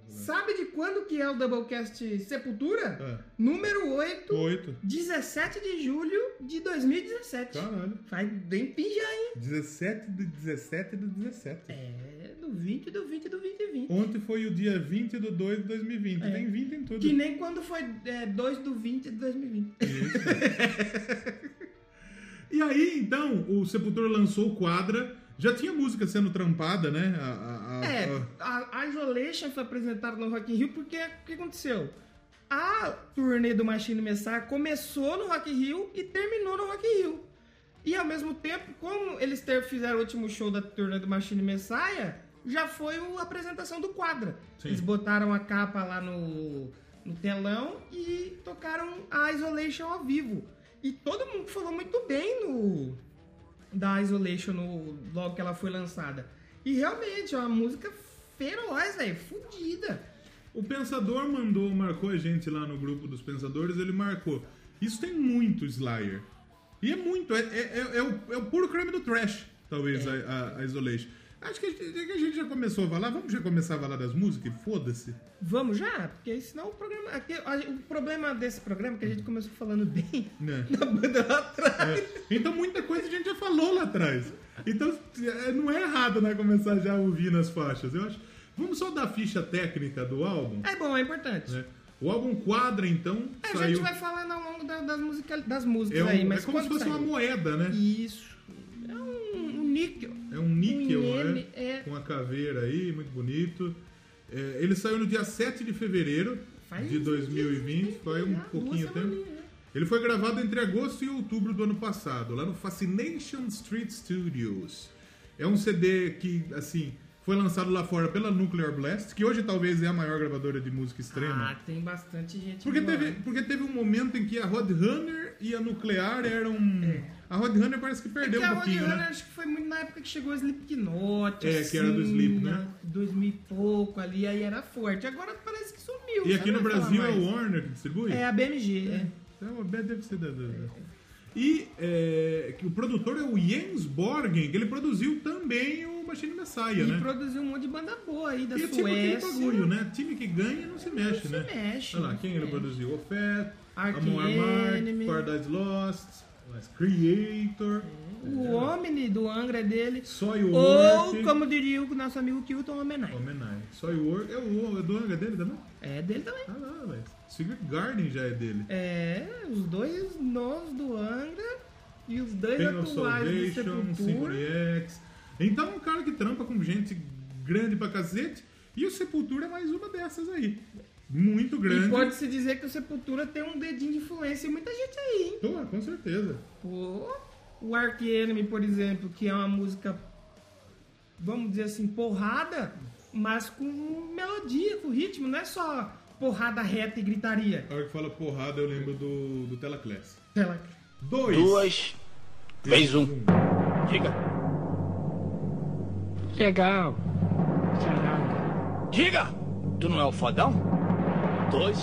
Sabe de quando que é o Doublecast Sepultura?
Ah.
Número 8,
Oito.
17 de julho de 2017.
Caralho.
Faz bem pija, hein?
17 do 17 do 17.
É, do 20, do 20, do 20 e 20.
Ontem foi o dia 20 do 2 de 2020. Tem 20 em tudo.
É. Que nem quando foi é, 2 do 20 de 2020.
E aí, então, o Sepultura lançou o Quadra. Já tinha música sendo trampada, né? A- a- a-
É,
a-
a, a Isolation foi apresentada no Rock in Rio porque o que aconteceu? A turnê do Machine Messiah começou no Rock in Rio e terminou no Rock in Rio. E ao mesmo tempo, como eles ter- fizeram o último show da turnê do Machine Messiah, já foi o- a apresentação do quadra.
Sim.
Eles botaram a capa lá no, no telão e tocaram a Isolation ao vivo. E todo mundo falou muito bem no da Isolation no, logo que ela foi lançada. E realmente, é uma música feroz, velho, fudida.
O Pensador mandou, marcou a gente lá no grupo dos Pensadores, ele marcou. Isso tem muito Slayer. E é muito, é, é- é- é o, é o puro creme do trash,
É.
talvez, a, a- a Isolation. Acho que a, gente- que a gente já começou a falar, vamos já começar a falar das músicas? e Foda-se.
Vamos já? Porque senão o programa. aqui- a- o problema desse programa é que a gente começou falando bem
Né?
da banda lá atrás.
É. Então muita coisa a gente já falou lá atrás. Então é, não é errado, né, começar já a ouvir nas faixas, eu acho. Vamos só dar a ficha técnica do álbum,
É bom, é importante.
né? O álbum quadra, então,
É, a gente
saiu...
vai falando ao longo da- das, musical- das músicas
É, um-
aí,
é
mas
como se
quando
fosse
saiu?
uma moeda, né?
Isso. É um, um níquel.
É um níquel,
Um
né?
iene, é.
Com a caveira aí, muito bonito. É, ele saiu no dia 7 de fevereiro
Faz
de
um
2020,
tempinho,
foi um
já,
pouquinho
duas
tempo.
semaninhas, né?
Ele foi gravado entre agosto e outubro do ano passado, lá no Fascination Street Studios. É um CD que, assim, foi lançado lá fora pela Nuclear Blast, que hoje talvez é a maior gravadora de música extrema.
Ah, tem bastante gente.
Porque
boa,
teve,
né?
porque teve um momento em que a Roadrunner e a Nuclear eram... A Roadrunner parece que perdeu
Porque
um
a
pouquinho,
Roadrunner
né?
acho É. que é foi muito na época que chegou o Slipknot.
É, que era do
assim,
Slip, né?
2000 e pouco ali, aí era forte. Agora parece que sumiu.
E
já
aqui
não
no
vai falar
Brasil é
mais.
o Warner que distribui?
É a BMG, é.
Então a Bad deve ser da. da- da- E é, que o produtor é o Jens Borgen, que ele produziu também o Machine Messiah,
E
né?
produziu um monte de banda boa aí da
E é tipo aquele
Suécia.
bagulho, né? Time que ganha não se mexe,
se
né?
mexe, é.
Olha lá,
não
quem
se
ele
mexe.
produziu? O Fat,
Arch
Amon Armart,
Enemy.
Paradise Lost, mas Creator,
O Omni do Angra é dele. Ou,
Soilwork.
como diria o nosso amigo Kilton, homenagem.
Homenagem. Soilwork. É o é do Anga dele também?
É dele também.
Ah lá, velho. Secret Garden já é dele.
É, os dois nós do Angra e os dois
Pain of
atuais do
Salvation, Symphony
Sepultura.
X. Então é um cara que trampa com gente grande pra cacete. E o Sepultura é mais uma dessas aí. Muito grande.
E pode-se dizer que o Sepultura tem um dedinho de influência em muita gente aí, hein?
Pô, com certeza.
Pô, o Ark Enemy, por exemplo, que é uma música, vamos dizer assim, porrada, mas com melodia, com ritmo, não é só porrada reta e gritaria.
A hora que fala porrada, eu lembro do, do Telaclass.
Ela-
Dois.
Duas, vezes um. Diga.
Legal. Caraca.
Diga! Tu não é o fodão? Dois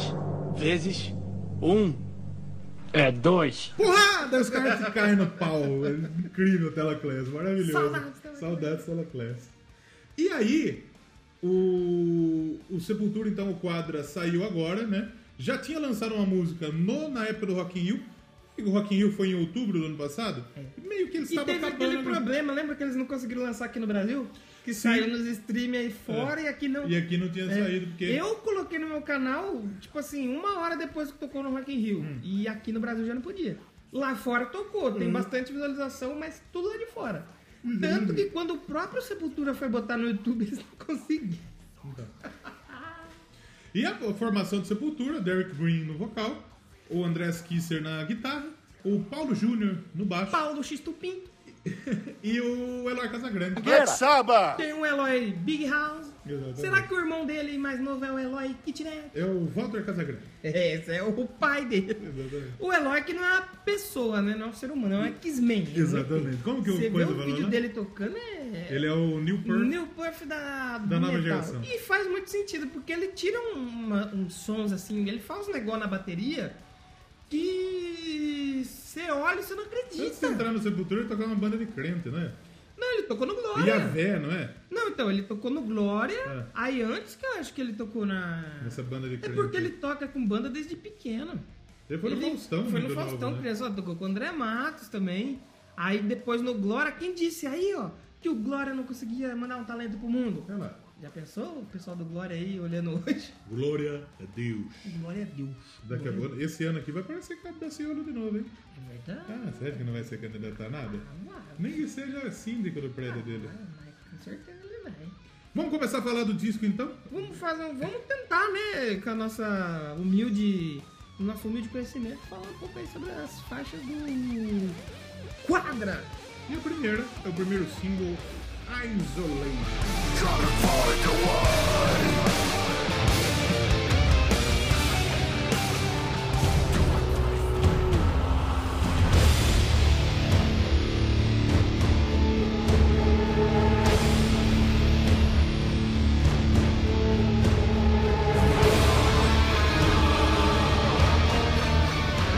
vezes um.
É dois.
Porrada! Os caras que caem no pau. É incrível o Telaclass, maravilhoso.
Saudades, Telaclass.
Saudades Telaclass. E aí, o, o Sepultura, então, o quadra saiu agora, né? Já tinha lançado uma música no, na época do Rock in Rio. E O Rock in Rio foi em outubro do ano passado. Meio que eles
É. E
estavam
teve
acabando... né?
aquele problema, lembra que eles não conseguiram lançar aqui no Brasil? Que saiu nos streams aí fora É. e aqui não.
E aqui não tinha
É.
saído, porque...
Eu coloquei no meu canal, tipo assim, uma hora depois que tocou no Rock in Rio.
Hum.
E aqui no Brasil já não podia. Lá fora tocou, tem bastante visualização, mas tudo lá de fora.
Hum.
Tanto que quando o próprio Sepultura foi botar no YouTube, eles não conseguiram.
E a formação de Sepultura, Derek Green no vocal, o Andrés Kisser na guitarra, o Paulo Júnior no baixo
Paulo X Tupim,
e o Eloy Casagrande.
Saba!
tem um Eloy Big House.
Ah. Exatamente.
Será que o irmão dele mais novo é o Eloy Kitnet?
É o Walter Casagrande.
É, esse é o pai dele.
Exatamente.
O Eloy que não é uma pessoa, né? Não é um ser humano, é um X-Men.
Exatamente. Como que o
Você vê
coisa
o
vai
vídeo
lá? né?
dele tocando, é...
Ele é o Neil Peart.
New Puff da, do
Da nova
metal.
geração.
E faz muito sentido, porque ele tira um- uma- uns sons assim, ele faz um negócio na bateria que você olha e você não
Antes de
acredita.
entrar no Sepultura, ele tocava uma banda de crente, não é?
Não, ele tocou no
E a
Glória.
Vé, não é?
Não, então, ele tocou no Glória, aí antes que eu acho que ele tocou na.
Nessa banda de
É
crente.
porque ele toca com banda desde pequeno.
Ele foi no
Ele
Faustão.
Foi no
né, do
Faustão,
álbum, né?
criança. Ó, tocou com o André Matos também. Aí depois no Glória, quem disse aí, ó, que o Glória não conseguia mandar um talento pro mundo?
Olha lá.
Já pensou o pessoal do Glória aí olhando hoje?
Glória a Deus.
Glória a Deus.
Daqui a pouco, esse ano aqui vai aparecer Daciolo de novo, hein?
É verdade.
Ah, sério que não vai ser candidato a nada?
Vamos lá.
Nem que seja síndico do prédio dele.
Vai, vai, com certeza ele vai.
Vamos começar a falar do disco então?
Vamos fazer um- Vamos tentar, né? Com a nossa humilde. O nosso humilde conhecimento, falar um pouco aí sobre as faixas do. Quadra!
E a primeira é o primeiro single Isolation.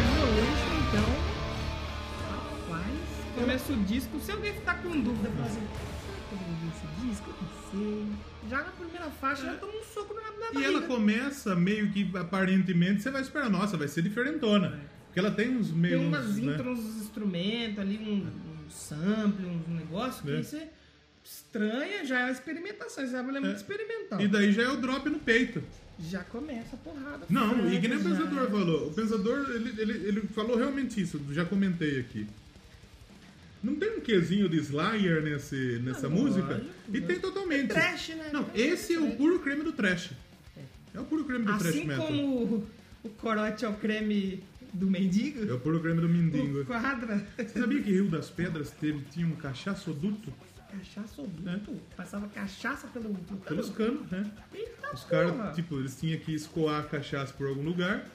Isolation, então. Rapaz, começa o disco. Se alguém ficar com dúvida, fala assim. "Será que eu ouvi Esse disco, eu não sei. Já na primeira faixa, já toma um soco na, na
E
barriga.
ela começa meio que aparentemente, você vai esperar, nossa, vai ser diferentona. Porque ela tem uns meio.
Tem umas
uns, né?
intros, uns instrumentos ali, um, um sample, um negócio que
É.
você estranha, já é uma experimentação, esse álbum é muito
É.
experimental.
E daí já é o drop no peito.
Já começa a porrada.
Não, e que nem o
franca, já.
Pensador falou. O Pensador, ele, ele, ele falou realmente isso, já comentei aqui. Não tem um quesinho de Slayer nesse, nessa música?
lógico,
e tem totalmente.
trash, né?
Não,
É
esse é o
trash.
puro creme do trash. É o puro creme do trash
Assim
metal.
como o- o corote é o creme do
É
mendigo,
o puro creme do mendigo.
o quadra.
Você sabia que Rio das Pedras teve, tinha um cachaçoduto?
Cachaça oduto. Passava cachaça pelo.
É. Pelos canos, né?
Eita
Os
porra.
caras, tipo, eles tinham que escoar a cachaça por algum lugar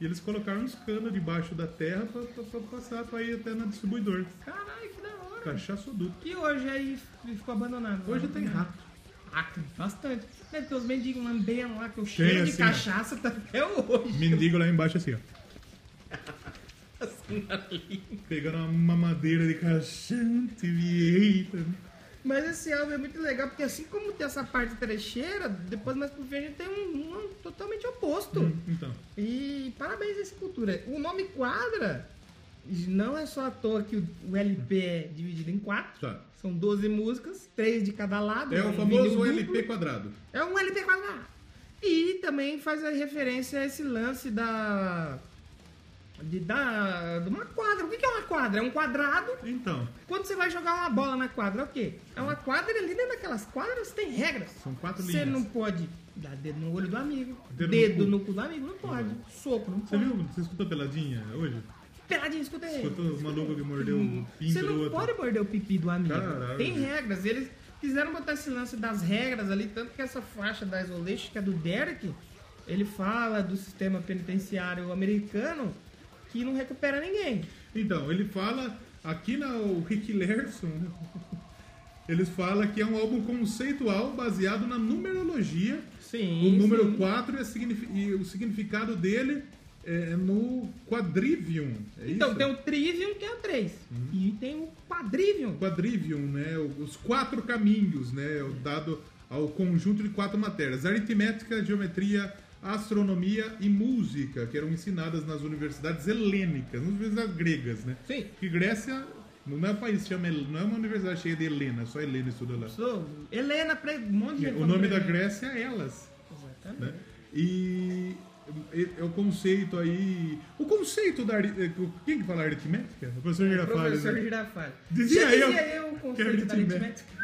e eles colocaram uns canos debaixo da terra pra, pra- pra passar pra ir até na distribuidor.
Caralho, que da hora.
Cachaçoduto.
E hoje aí f- ficou abandonado.
Hoje
né?
tem rato.
Rato, bastante. É porque os mendigos lambeiam lá, que o
Tem,
cheiro de
assim, ó.
cachaça tá até hoje.
Mendigo lá embaixo assim, ó.
Assim
Pegando uma mamadeira de caixante, vieita.
Mas esse álbum é muito legal, porque assim como tem essa parte trecheira, depois mais pro fim a gente tem um, um totalmente oposto.
Então,
E parabéns a essa cultura. O nome quadra não é só à toa que o o LP é dividido em quatro.
tá.
São 12 músicas, três de cada lado. um
É o
em vinil
famoso
duplo.
LP quadrado.
É um LP quadrado. E também faz a referência a esse lance da. De, da, de uma quadra. O que que é uma quadra? É um quadrado.
Então,
Quando você vai jogar uma bola na quadra, é o quê? É uma quadra e ali dentro daquelas quadras tem regras.
São quatro
Você
linhas.
não pode dar dedo no olho do amigo,
Dedo
dedo,
no cu. Uhum.
no, cu. do amigo, não pode. Soco, não
você
pode.
viu? Você escutou peladinha hoje?
Peladinho, escuta aí.
Escutou o maluco que mordeu o pinto
Você
do
não
outro?
pode morder o pipi do amigo.
Caralho.
Tem regras. Eles quiseram botar esse lance das regras ali, tanto que essa faixa da Isolation, que é do Derek, ele fala do sistema penitenciário americano que não recupera ninguém.
Então, ele fala aqui na o Rick Lerson, eles falam que é um álbum conceitual baseado na numerologia.
Sim.
O número 4 e o significado dele é no quadrivium. É
Então,
isso?
tem o Trivium, que é o 3. E tem o Quadrivium.
quadrivium, né? Os quatro caminhos, né? O Dado ao conjunto de quatro matérias: aritmética, geometria, astronomia e música, que eram ensinadas nas universidades helênicas, nas universidades gregas, né?
Sim.
Que Grécia não é um país que chama, Hel- não é uma universidade cheia de Helena, só Helena estuda lá.
Sou Helena, pre... um monte de
O
reforma
nome da
pregada.
Grécia é Elas.
Exatamente.
né? E e- é o conceito aí. O conceito da. ari- eh, Quem que fala aritmética? O professor Girafales.
É, Professor
né?
Girafales.
Dizia
Já
eu
dizia eu o
que
conceito
era
da
aritmética.
aritmética.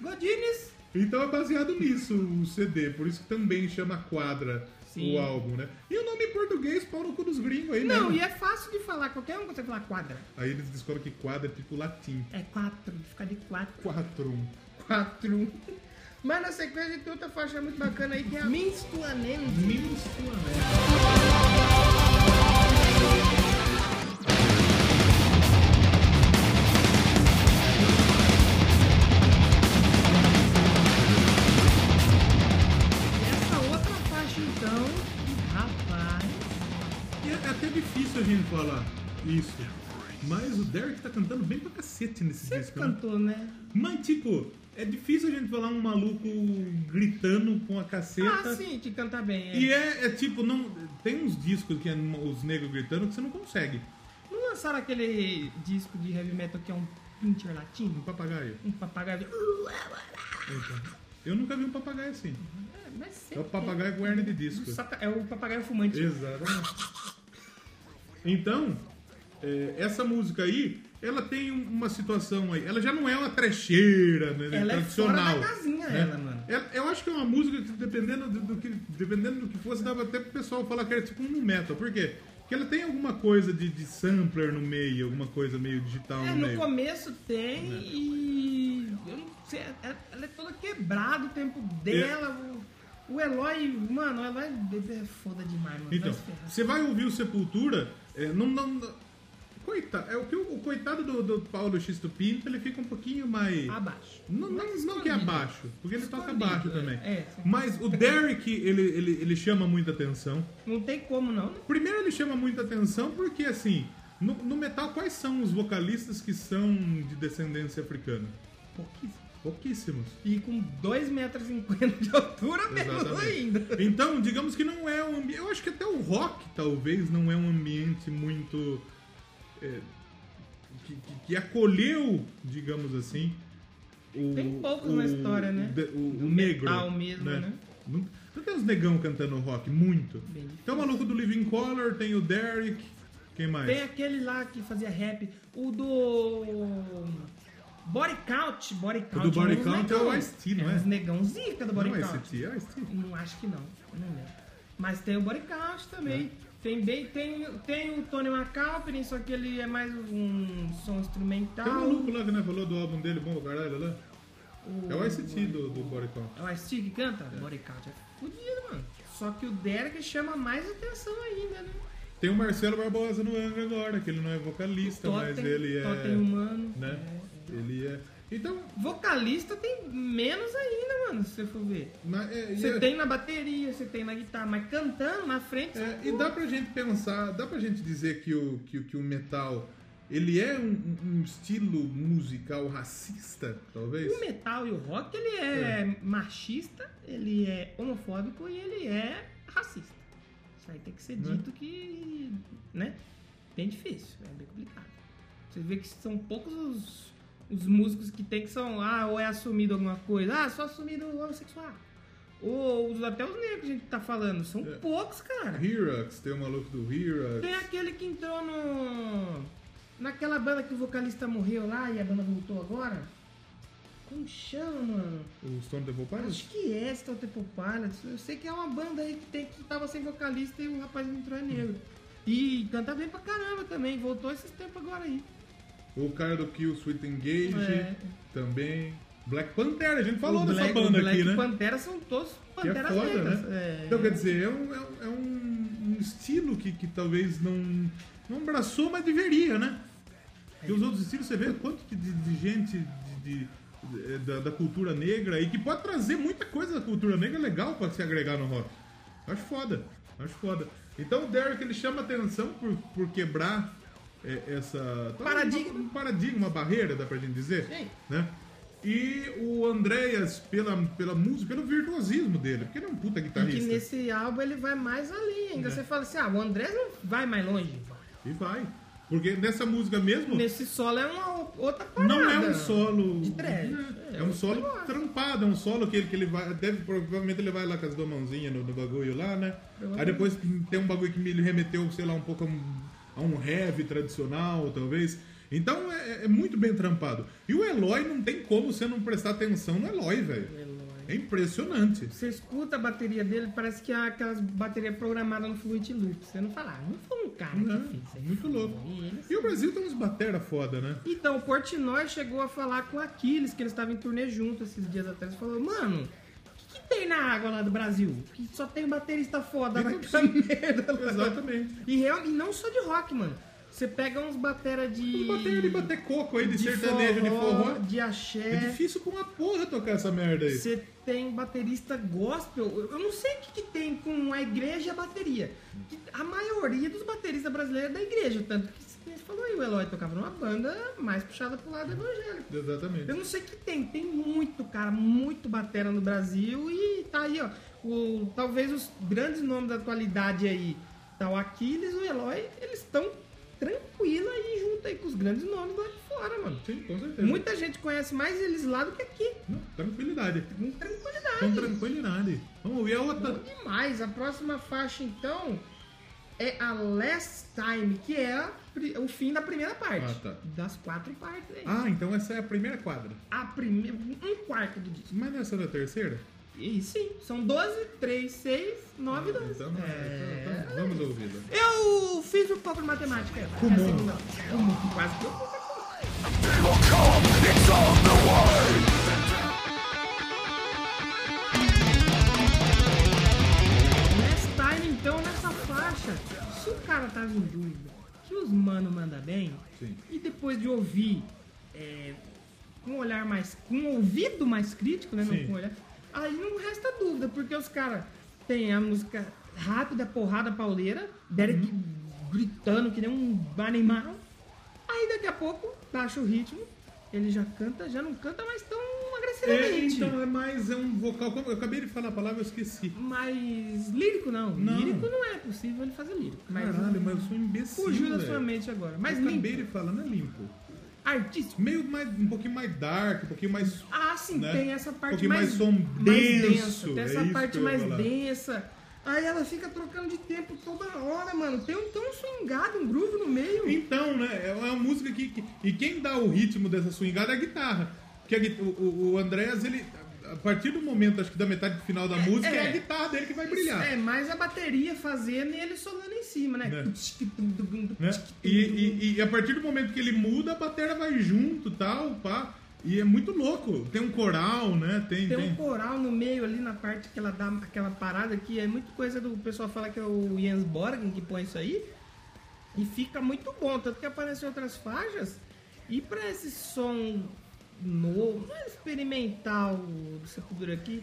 Godines.
Então é baseado nisso o CD, por isso que também chama quadra
Sim.
o álbum, né? E o nome em português, pau no cu dos gringos aí,
Não,
né?
e é fácil de falar, qualquer um consegue falar quadra.
Aí eles descobrem que quadra é tipo latim.
É quatro, fica de quatro.
Quatrum.
Quatro. Mas na sequência tem outra faixa muito bacana aí que é a Minstuanente.
Minsuanete.
Essa outra faixa então, rapaz.
E é até difícil a gente falar isso. Mas o Derek tá cantando bem pra cacete nesse
Você
disco. né?
cantou, né?
Mas, tipo, é difícil a gente falar um maluco gritando com a caceta.
Ah, sim, que canta bem. é.
E é, é tipo, não, tem uns discos que é os negros gritando que você não consegue.
Não lançaram aquele disco de heavy metal que é um pincher
Um
latino?
papagaio.
Um papagaio de...
Eu nunca vi um papagaio assim.
É, mas sei
É o
que-
papagaio com hernia de disco.
É, Sata- É o papagaio fumante.
Exatamente. Então, é, essa música aí, ela tem um- uma situação aí. Ela já não é uma trecheira, né?
Ela é fora
tradicional.
da casinha,
né?
ela, mano.
Ela- Eu acho que é uma música que, dependendo do, do que, dependendo do que fosse, dava até pro pessoal falar que era tipo um metal. Por quê? Porque ela tem alguma coisa de, de sampler no meio, alguma coisa meio digital
É,
no,
no
meio.
começo tem
É.
e. Eu não sei, ela, ela é toda quebrada o tempo dela. O, o Eloy, mano, o Eloy é- é foda demais, mano.
É. Então,
vai se ferrar.
você vai ouvir o Sepultura, é, não, não, não- Coitado, é o que o, o coitado do, do Paulo X do Pinto, ele fica um pouquinho mais.
Abaixo.
Não, não,
Mais
não que é
escondido.
abaixo, porque ele toca
Escondido,
abaixo
é.
também.
É, sim.
Mas o Derek, ele, ele, ele chama muita atenção.
Não tem como não, né?
Primeiro, ele chama muita atenção porque, assim, no, no metal, quais são os vocalistas que são de descendência africana?
Pouquíssimo.
Pouquíssimos.
E com 2,50m de altura, menos
Exatamente.
ainda.
Então, digamos que não é um ambiente. Eu acho que até o rock, talvez, não é um ambiente muito. é, que, que- que acolheu, digamos assim. O,
Tem poucos na história, né?
de- o,
Do
o negro.
metal mesmo, né?
Não, não tem uns negão cantando rock, muito.
Bem difícil.
Tem o maluco do Living Color, tem o Derek. Quem mais?
Tem aquele lá que fazia rap, o do. Body Count. Body Count.
do Body
é uns
Count é o
negão.
Ice-T, não é?
uns negão zica do Body
não,
Count.
esse é esse
Não acho que não, eu não lembro. Mas tem o Body Count também.
É.
Tem, bem, tem, tem o Tony McAlpin, só que ele é mais um som instrumental.
Tem o maluco lá que né, falou do álbum dele, bom, caralho, lá. É o Ice-T do, do Body Count.
É o Ice-T que canta? Body Count é fodido, mano. Só que o Derek chama mais atenção ainda, né?
Tem o Marcelo Barbosa no Angra agora, que ele não é vocalista, mas
Totem-
ele é.
Totem humano.
Né? Ele é. Então,
Vocalista tem menos ainda, mano, se você for ver.
mas é, e
Você
é-
tem na bateria, você tem na guitarra, mas cantando na frente.
é,
você-
e dá pra gente pensar, dá pra gente dizer que o, que, o- que o metal ele é um, um- um estilo musical racista, talvez?
O metal e o rock, ele é, machista, ele é homofóbico e ele é racista. Isso aí tem que
Né?
ser dito que, né? Bem difícil, é bem complicado. Você vê que são poucos os, os músicos que tem que são, ah, ou é assumido alguma coisa, ah, só assumido homossexual. Ou os- até os negros que a gente tá falando, são
É.
poucos, cara.
Herax, tem o maluco do Herax.
Tem aquele que entrou no. Naquela banda que o vocalista morreu lá e a banda voltou agora. Como chama, mano?
O Stone Temple Pilots?
Acho que é Stone Temple Pilots. Eu sei que é uma banda aí que, tem, que tava sem vocalista e o rapaz entrou é negro. E canta bem pra caramba também. Voltou esses tempos agora aí.
O cara do Kill Sweet Engage
É.
também. Black Pantera, a gente falou
O
dessa
Black-
banda
o Black
aqui, né?
Pantera são todos
Que é
panteras
foda,
negras.
né?
É.
Então, quer dizer, é um, é um- é um- um estilo que, que talvez não, não abraçou, mas deveria, né? Porque os outros estilos, você vê quanto que de, de gente de- de- eh, da, da cultura negra e que pode trazer muita coisa da cultura negra legal pra se agregar no rock. Acho foda, acho foda. Então o Derek ele chama atenção por, por quebrar eh, essa.
Paradigma.
Um paradigma, uma barreira, dá pra gente dizer?
Sim.
Né? E o Andreas, pela, pela música, pelo virtuosismo dele, porque ele é um puta
que
guitarrista.
nesse álbum ele vai mais além.
É.
Ainda você fala assim, ah, o Andrés não vai mais longe.
E vai. Porque nessa música mesmo,
Nesse solo é uma outra parada.
não é um solo.
De trash.
É, é um solo trampado, é um solo que ele, que ele vai. Deve, provavelmente ele vai lá com as duas mãozinhas no, no bagulho lá, né? Aí depois tem um bagulho que me remeteu, sei lá, um pouco a um, a um heavy tradicional, talvez. Então é, é muito bem trampado. E o Eloy não tem como você não prestar atenção no Eloy, velho. É impressionante.
Você escuta a bateria dele, parece que é aquelas baterias programadas no Fluid Loop. Você não fala, ah, não foi um cara que fez isso. aí.
né? Muito louco.
E ele-
E o Brasil tem uns batera foda, né?
Então, o Portnoy chegou a falar com o Aquiles, que eles estavam em turnê junto esses dias atrás, e falou, mano, o que, que tem na água lá do Brasil? Que só tem baterista foda naquela merda lá.
Exatamente.
E, real- e não só de rock, mano. Você pega uns batera de...
Os batera de bater coco aí, de, sertanejo, de forró.
de axé.
É difícil com uma porra tocar essa merda aí.
Você tem baterista gospel. Eu eu não sei o que, que tem com a igreja e a bateria. Que A maioria dos bateristas brasileiros é da igreja. Tanto que você falou aí, o Eloy tocava numa banda mais puxada pro lado evangélico.
Exatamente.
Eu não sei o que tem. Tem muito, cara, muito batera no Brasil. E tá aí, ó. O, talvez os grandes nomes da atualidade aí, tá o Aquiles o Eloy, eles estão tranquilo aí junto aí com os grandes nomes lá de fora, mano.
Sim, com certeza.
Muita gente conhece mais eles lá do que aqui.
Não, tranquilidade.
Com tranquilidade.
Com tranquilidade. Vamos ouvir a outra.
Bom demais. A próxima faixa, então, é a Last Time, que é a pri- o fim da primeira parte.
Ah, tá.
Das quatro partes aí.
Ah, então essa é a primeira quadra.
A primeira. Um quarto do disco.
Mas nessa da terceira?
E sim, são 12, 3, 6, 9, 12.
Então, é, então vamos ouvi-la.
Eu fiz um pouco de matemática. é Como? Como? Quase que eu fiz a conta. Last time, então, nessa faixa, se o cara tava em dúvida que os mano manda bem,
Sim.
e depois de ouvir é, com um olhar mais. com um ouvido mais crítico, né?
Sim.
Não com um olhar. Aí não resta dúvida, porque os caras têm a música rápida, porrada pauleira, Derek
Uhum.
gritando que nem um animal. Aí daqui a pouco baixa o ritmo, ele já canta, já não canta mais tão
É,
agressivamente.
então é mais é um vocal. Como eu acabei de falar a palavra, eu esqueci.
Mas lírico não.
Não.
Lírico não é possível ele fazer lírico. Mas
Caralho, mas eu sou um imbecil.
fugiu da
velho.
sua mente agora. Mas
Eu acabei
limpo.
de falar, não é limpo.
Artístico.
Meio mais, um pouquinho mais dark, um pouquinho mais.
Ah, sim,
Né?
tem essa
Um
parte
pouquinho
mais,
mais som- denso,
Tem
é
essa
isso que
parte
eu ia
mais
falar.
densa. Aí ela fica trocando de tempo toda hora, mano. Tem um tão swingado, um groove no meio.
Então, né? É uma música que, que- E quem dá o ritmo dessa swingada é a guitarra. Porque a gui- o- o, o Andrés, ele. A partir do momento, acho que da metade do final da música, é,
é.
a guitarra dele que vai brilhar.
É, mais a bateria fazendo e ele solando em cima, né?
Né? né? E, e- e a partir do momento que ele muda, a bateria vai junto tal, pá. E é muito louco. Tem um coral, né? Tem.
Tem
tem-
um coral no meio ali na parte que ela dá aquela parada que é muito coisa do o pessoal fala que é o Jens Borgen que põe isso aí. E fica muito bom, tanto que aparecem outras faixas. E pra esse som novo, não é experimental do Sepultura aqui,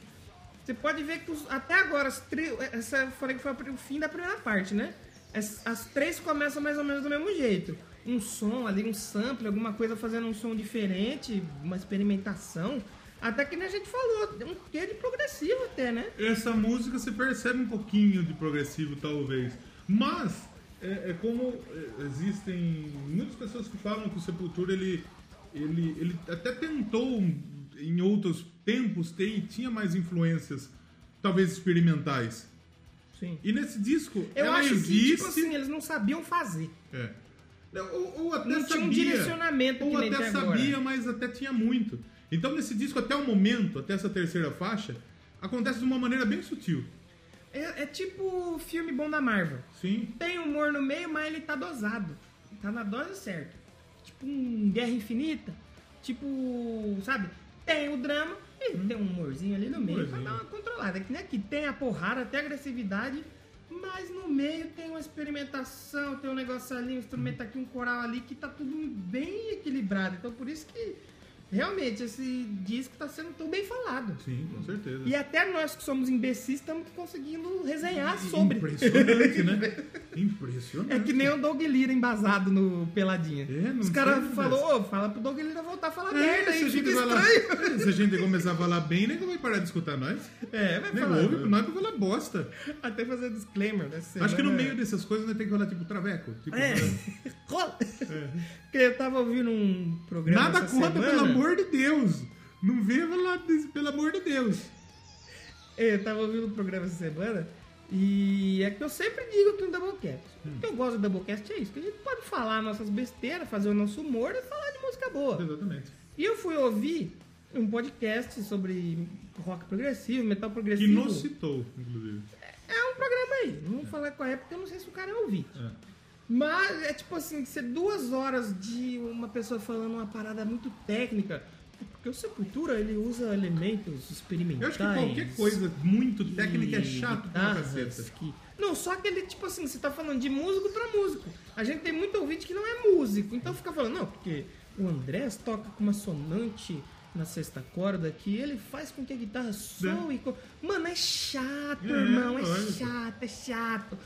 você pode ver que os- até agora, as tri- essa eu falei que foi a pri- o fim da primeira parte, né? As, as três começam mais ou menos do mesmo jeito. Um som ali, um sample, alguma coisa fazendo um som diferente, uma experimentação. Até que nem a gente falou, tem um quê de progressivo até, né?
Essa música se percebe um pouquinho de progressivo, talvez. Mas, é, é como é, existem muitas pessoas que falam que o Sepultura ele, ele, ele até tentou um, em outros tempos ter, tinha mais influências, talvez experimentais.
Sim.
E nesse disco,
Eu
ela
acho
existe.
que, tipo assim, eles não sabiam fazer.
É. Não, Ou, ou até
Não
sabia,
tinha um direcionamento
Ou
que nem
até
tem agora.
sabia, mas até tinha muito. Então nesse disco, até o momento, até essa terceira faixa, acontece de uma maneira bem sutil.
É, é tipo filme bom da Marvel.
Sim.
Tem humor no meio, mas ele tá dosado. Tá na dose certa. Tipo um Guerra Infinita. Tipo, sabe? Tem o drama e tem um humorzinho ali no meio pra
Humorzinho.
dar uma controlada. Que nem aqui. Tem a porrada, tem a agressividade, mas no meio tem uma experimentação, tem um negócio ali, um instrumento aqui, um coral ali, que tá tudo bem equilibrado. Então por isso que realmente esse disco tá sendo tão bem falado.
Sim, com certeza.
E até nós que somos imbecis estamos conseguindo resenhar é sobre.
Impressionante, né? Impressionante.
É que nem o Dog Lira embasado no Peladinha.
É, não
Os caras
sei,
falaram, ô, fala pro Dog Lira voltar a falar
É,
merda
se, a
aí,
gente
fica
falar-
estranho.
É, se a gente começar a falar bem, nem vai parar de escutar nós.
É, vai
Nem
falar.
ouve, nós vai falar bosta.
Até fazer disclaimer, né? Semana...
Acho que no meio dessas coisas nós tem que falar tipo traveco. Tipo,
É. Rola. Porque eu tava ouvindo um programa
É. Nada
essa
contra,
semana.
pelo amor de Deus. Não venha falar desse, pelo amor de Deus.
É, Eu tava ouvindo o programa essa semana e é que eu sempre digo que no Doublecast.
Hum.
O que eu gosto do Doublecast é isso, que a gente pode falar nossas besteiras, fazer o nosso humor e falar de música boa.
Exatamente.
E eu fui ouvir um podcast sobre rock progressivo, metal
Que
progressivo.
nos citou, inclusive.
É um programa aí. Não vou falar qual é, porque eu não sei se o cara é ouvinte.
É.
Mas é tipo assim, ser duas horas de uma pessoa falando uma parada muito técnica. É Porque o Sepultura, ele usa elementos experimentais.
Eu acho que qualquer coisa muito
e
técnica é chato pra
guitarras
caceta.
que- Não, só que ele, tipo assim, você tá falando de músico pra músico. A gente tem muito ouvinte que não é músico. Então fica falando, não, porque o Andrés toca com uma sonante na sexta corda que ele faz com que a guitarra soe. co- Mano, é chato,
Né? É,
irmão. É
lógico.
chato, é chato.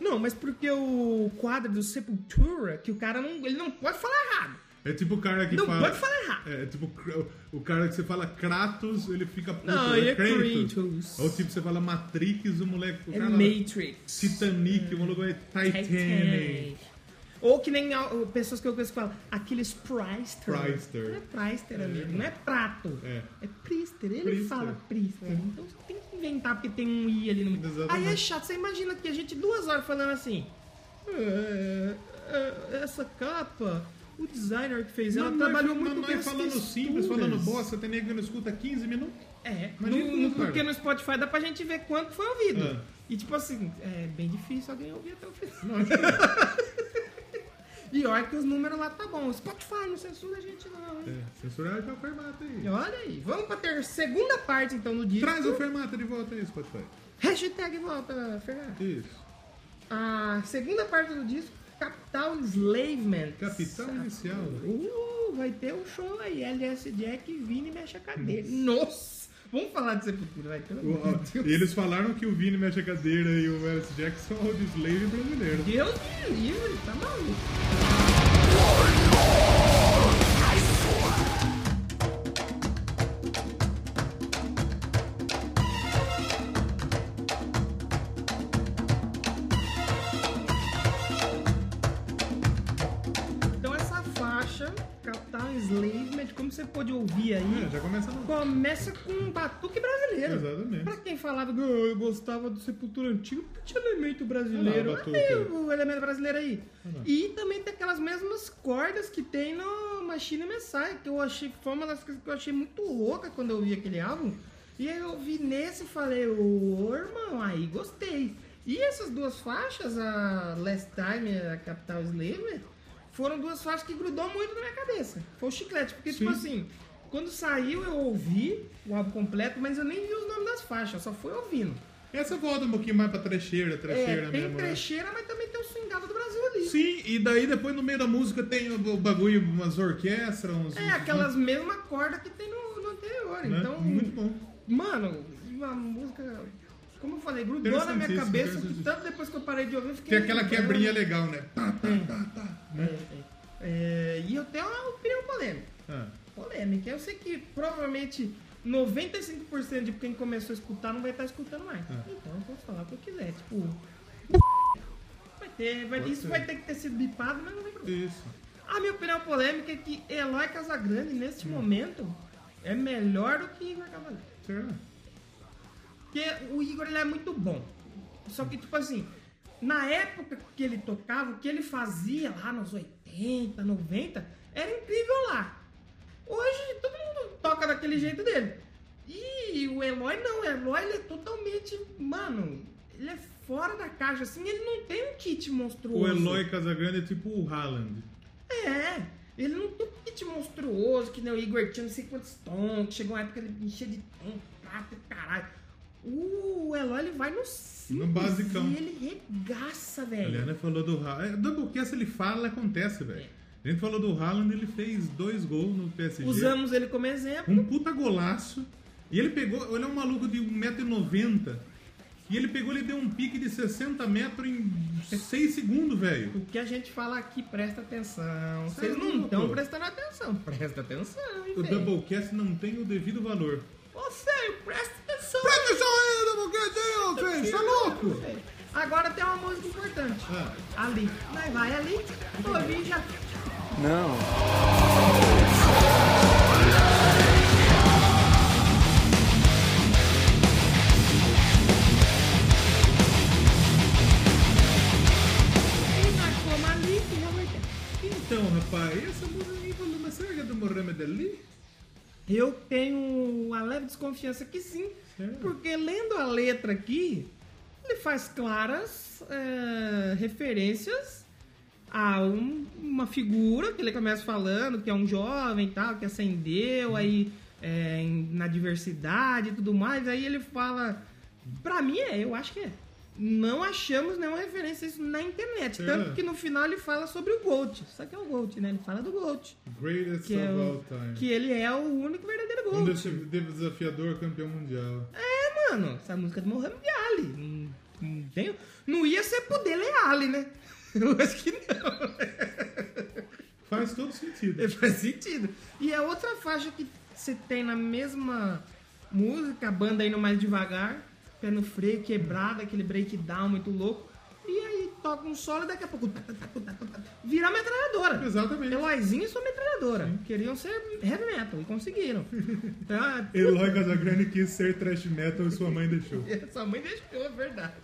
Não, mas porque o quadro do Sepultura, que o cara não, ele não pode falar errado.
É tipo o cara que
Não
fala.
pode falar errado.
É, é tipo cr- o cara que você fala Kratos, ele fica puto.
Não,
né?
ele é Kratos.
Ou tipo você fala Matrix, o moleque. O
É
cara lá,
Matrix.
Titanic, o maluco é Titanic.
Titanic. Ou que nem ah, pessoas que eu conheço que falam, aqueles Priester.
Priester.
Não é Priester, amigo. Não é prato.
É.
Priester. Ele
Priester.
fala Priester. Então você tem que inventar porque tem um I ali no meio.
Exatamente.
Aí é chato. Você imagina que a gente duas horas falando assim. "É, é, essa capa, o designer que fez, ela
Mas nós-
trabalhou
mas
muito
nós
com as
falando
texturas."
simples, falando bosta, tem nego que não escuta 15 minutos.
É,
Mas
no-
nem tudo,
no-
cara.
porque no Spotify dá pra gente ver quanto foi ouvido.
Ah.
E tipo assim, é bem difícil alguém ouvir até o final.
é
e olha que os números lá tá bom. O Spotify não censura a gente não. hein?
É, censurar e tá o Fermata
E
aí.
olha aí, vamos pra ter segunda parte então do disco.
Traz o Fermata de volta aí, Spotify.
Hashtag volta, Ferrari.
Isso.
A segunda parte do disco, Capital Enslavement.
Capital inicial.
Uh, vai ter um show aí, LS Jack, Vini mexe a cadeira. Nossa! Vamos falar de Sepultura, vai, pelo
O-
amor de
ó,
Deus.
e eles falaram que o Vini mexe a cadeira e o Alice Jackson são o Slave brasileiro.
Deus me livre, tá maluco. Então essa faixa, Capital Enslavement, como você pôde ouvir aí,
É, já começa no.
Começa com um batuque brasileiro.
Exatamente.
Pra quem falava que "Ah, eu gostava do Sepultura Antigo, porque tinha elemento brasileiro.
Ah,
Ah,
batuque.
tem o elemento brasileiro aí.
Ah,
e também tem aquelas mesmas cordas que tem no Machine Messiah, que eu achei, foi uma das coisas que eu achei muito louca quando eu vi aquele álbum. E aí eu vi nesse e falei, ô irmão, aí gostei. E essas duas faixas, a Last Time e a Capital Slaver, foram duas faixas que grudou muito na minha cabeça. Foi o chiclete, porque tipo
Sim.
assim, assim, quando saiu eu ouvi o álbum completo, mas eu nem vi os nomes das faixas, eu só fui ouvindo.
Essa volta um pouquinho mais pra trecheira, trecheira
é, tem
mesmo. né?
trecheira, mas também tem o swingado do Brasil ali.
Sim, e daí depois no meio da música tem o o bagulho, umas orquestras, uns.
É, aquelas mesmas cordas que tem no, no anterior.
Né?
Então,
Muito bom.
mano, uma música, como eu falei, grudou na minha
Interessantíssimo,
cabeça, que
interessantíssimo.
tanto depois que eu parei de ouvir, eu fiquei... assim,
Tem aquela
lembrando.
quebrinha legal, né? Tá, tá, tá, tá.
É, é. É, e eu tenho uma opinião polêmica.
Ah,
Polêmica. Eu sei que provavelmente 95% de quem começou a escutar não vai estar escutando mais.
É.
Então eu posso falar o que eu quiser. Tipo. Vai ter, vai,
Pode
isso
ser.
vai ter que ter sido bipado, mas não vai problema.
isso.
A minha opinião polêmica é que Eloy Casagrande, neste momento, é melhor do que Igor Cavaleiro.
Será?
Porque o Igor ele é muito bom. Só que, tipo assim, na época que ele tocava, o que ele fazia lá nos 80, 90, era incrível lá. Hoje todo mundo toca daquele jeito dele. E o Eloy não, o Eloy ele é totalmente. Mano, ele é fora da caixa, assim, ele não tem um kit monstruoso.
O Eloy Casagrande é tipo o Haaland.
É, ele não tem um kit monstruoso, que nem o Igor tinha não sei quantos tons, que chegou uma época que ele enchia de tom, prata, e caralho. Uh, O Eloy, ele vai no simples
basicão.
e ele regaça,
A
velho.
Liana falou do Haaland. É, Doublecast ele fala, acontece, velho.
É.
A gente falou do Haaland, ele fez dois gols no PSG.
Usamos ele como exemplo.
Um puta golaço. E ele pegou, ele é um maluco de 1,90m. E ele pegou, ele deu um pique de 60 metros em 6 segundos, velho.
O que a gente fala aqui, presta atenção.
Cê
Vocês
é
não
louco.
estão prestando atenção. Presta atenção, hein,
O
velho.
Doublecast não tem o devido valor.
Ô, sério, presta atenção.
atenção aí, Doublecast aí, ô, velho, tá louco?
velho. Agora tem uma música importante.
Ah.
Ali. Vai, vai, ali. Ouvi já. Não. ali que realmente é.
Então, rapaz, essa música ninguém falou, mas será que é do Mohamed Ali?
Eu tenho uma leve desconfiança que sim,
Sério?
porque lendo a letra aqui, ele faz claras eh, referências a um- uma figura que ele começa falando que é um jovem e tal, que acendeu aí eh, em- na diversidade e tudo mais. Aí ele fala, pra mim é, eu acho que é. Não achamos nenhuma referência a isso na internet.
Sério?
Tanto que no final ele fala sobre o Gold. Isso aqui é o Gold, né? Ele fala do Gold.
Greatest
Que, é
of
o-
all time.
que ele é o único verdadeiro
Um
Gold.
desse- desafiador campeão mundial.
É, mano, essa música é do Mohamed Ali. Não, não, tem- não ia ser pro dele é Ali, né? Eu acho que não.
Faz todo sentido.
É, Faz sentido. E a outra faixa que você tem na mesma música, a banda indo mais devagar, pé no freio, quebrada, aquele breakdown muito louco. E aí toca um solo e daqui a pouco. tá, Vira a metralhadora.
Exatamente.
Eloizinho e sua metralhadora. Queriam ser heavy metal e conseguiram. Então, é-
Eloy Casagrande quis ser trash metal e sua mãe deixou.
Sua mãe deixou, é verdade.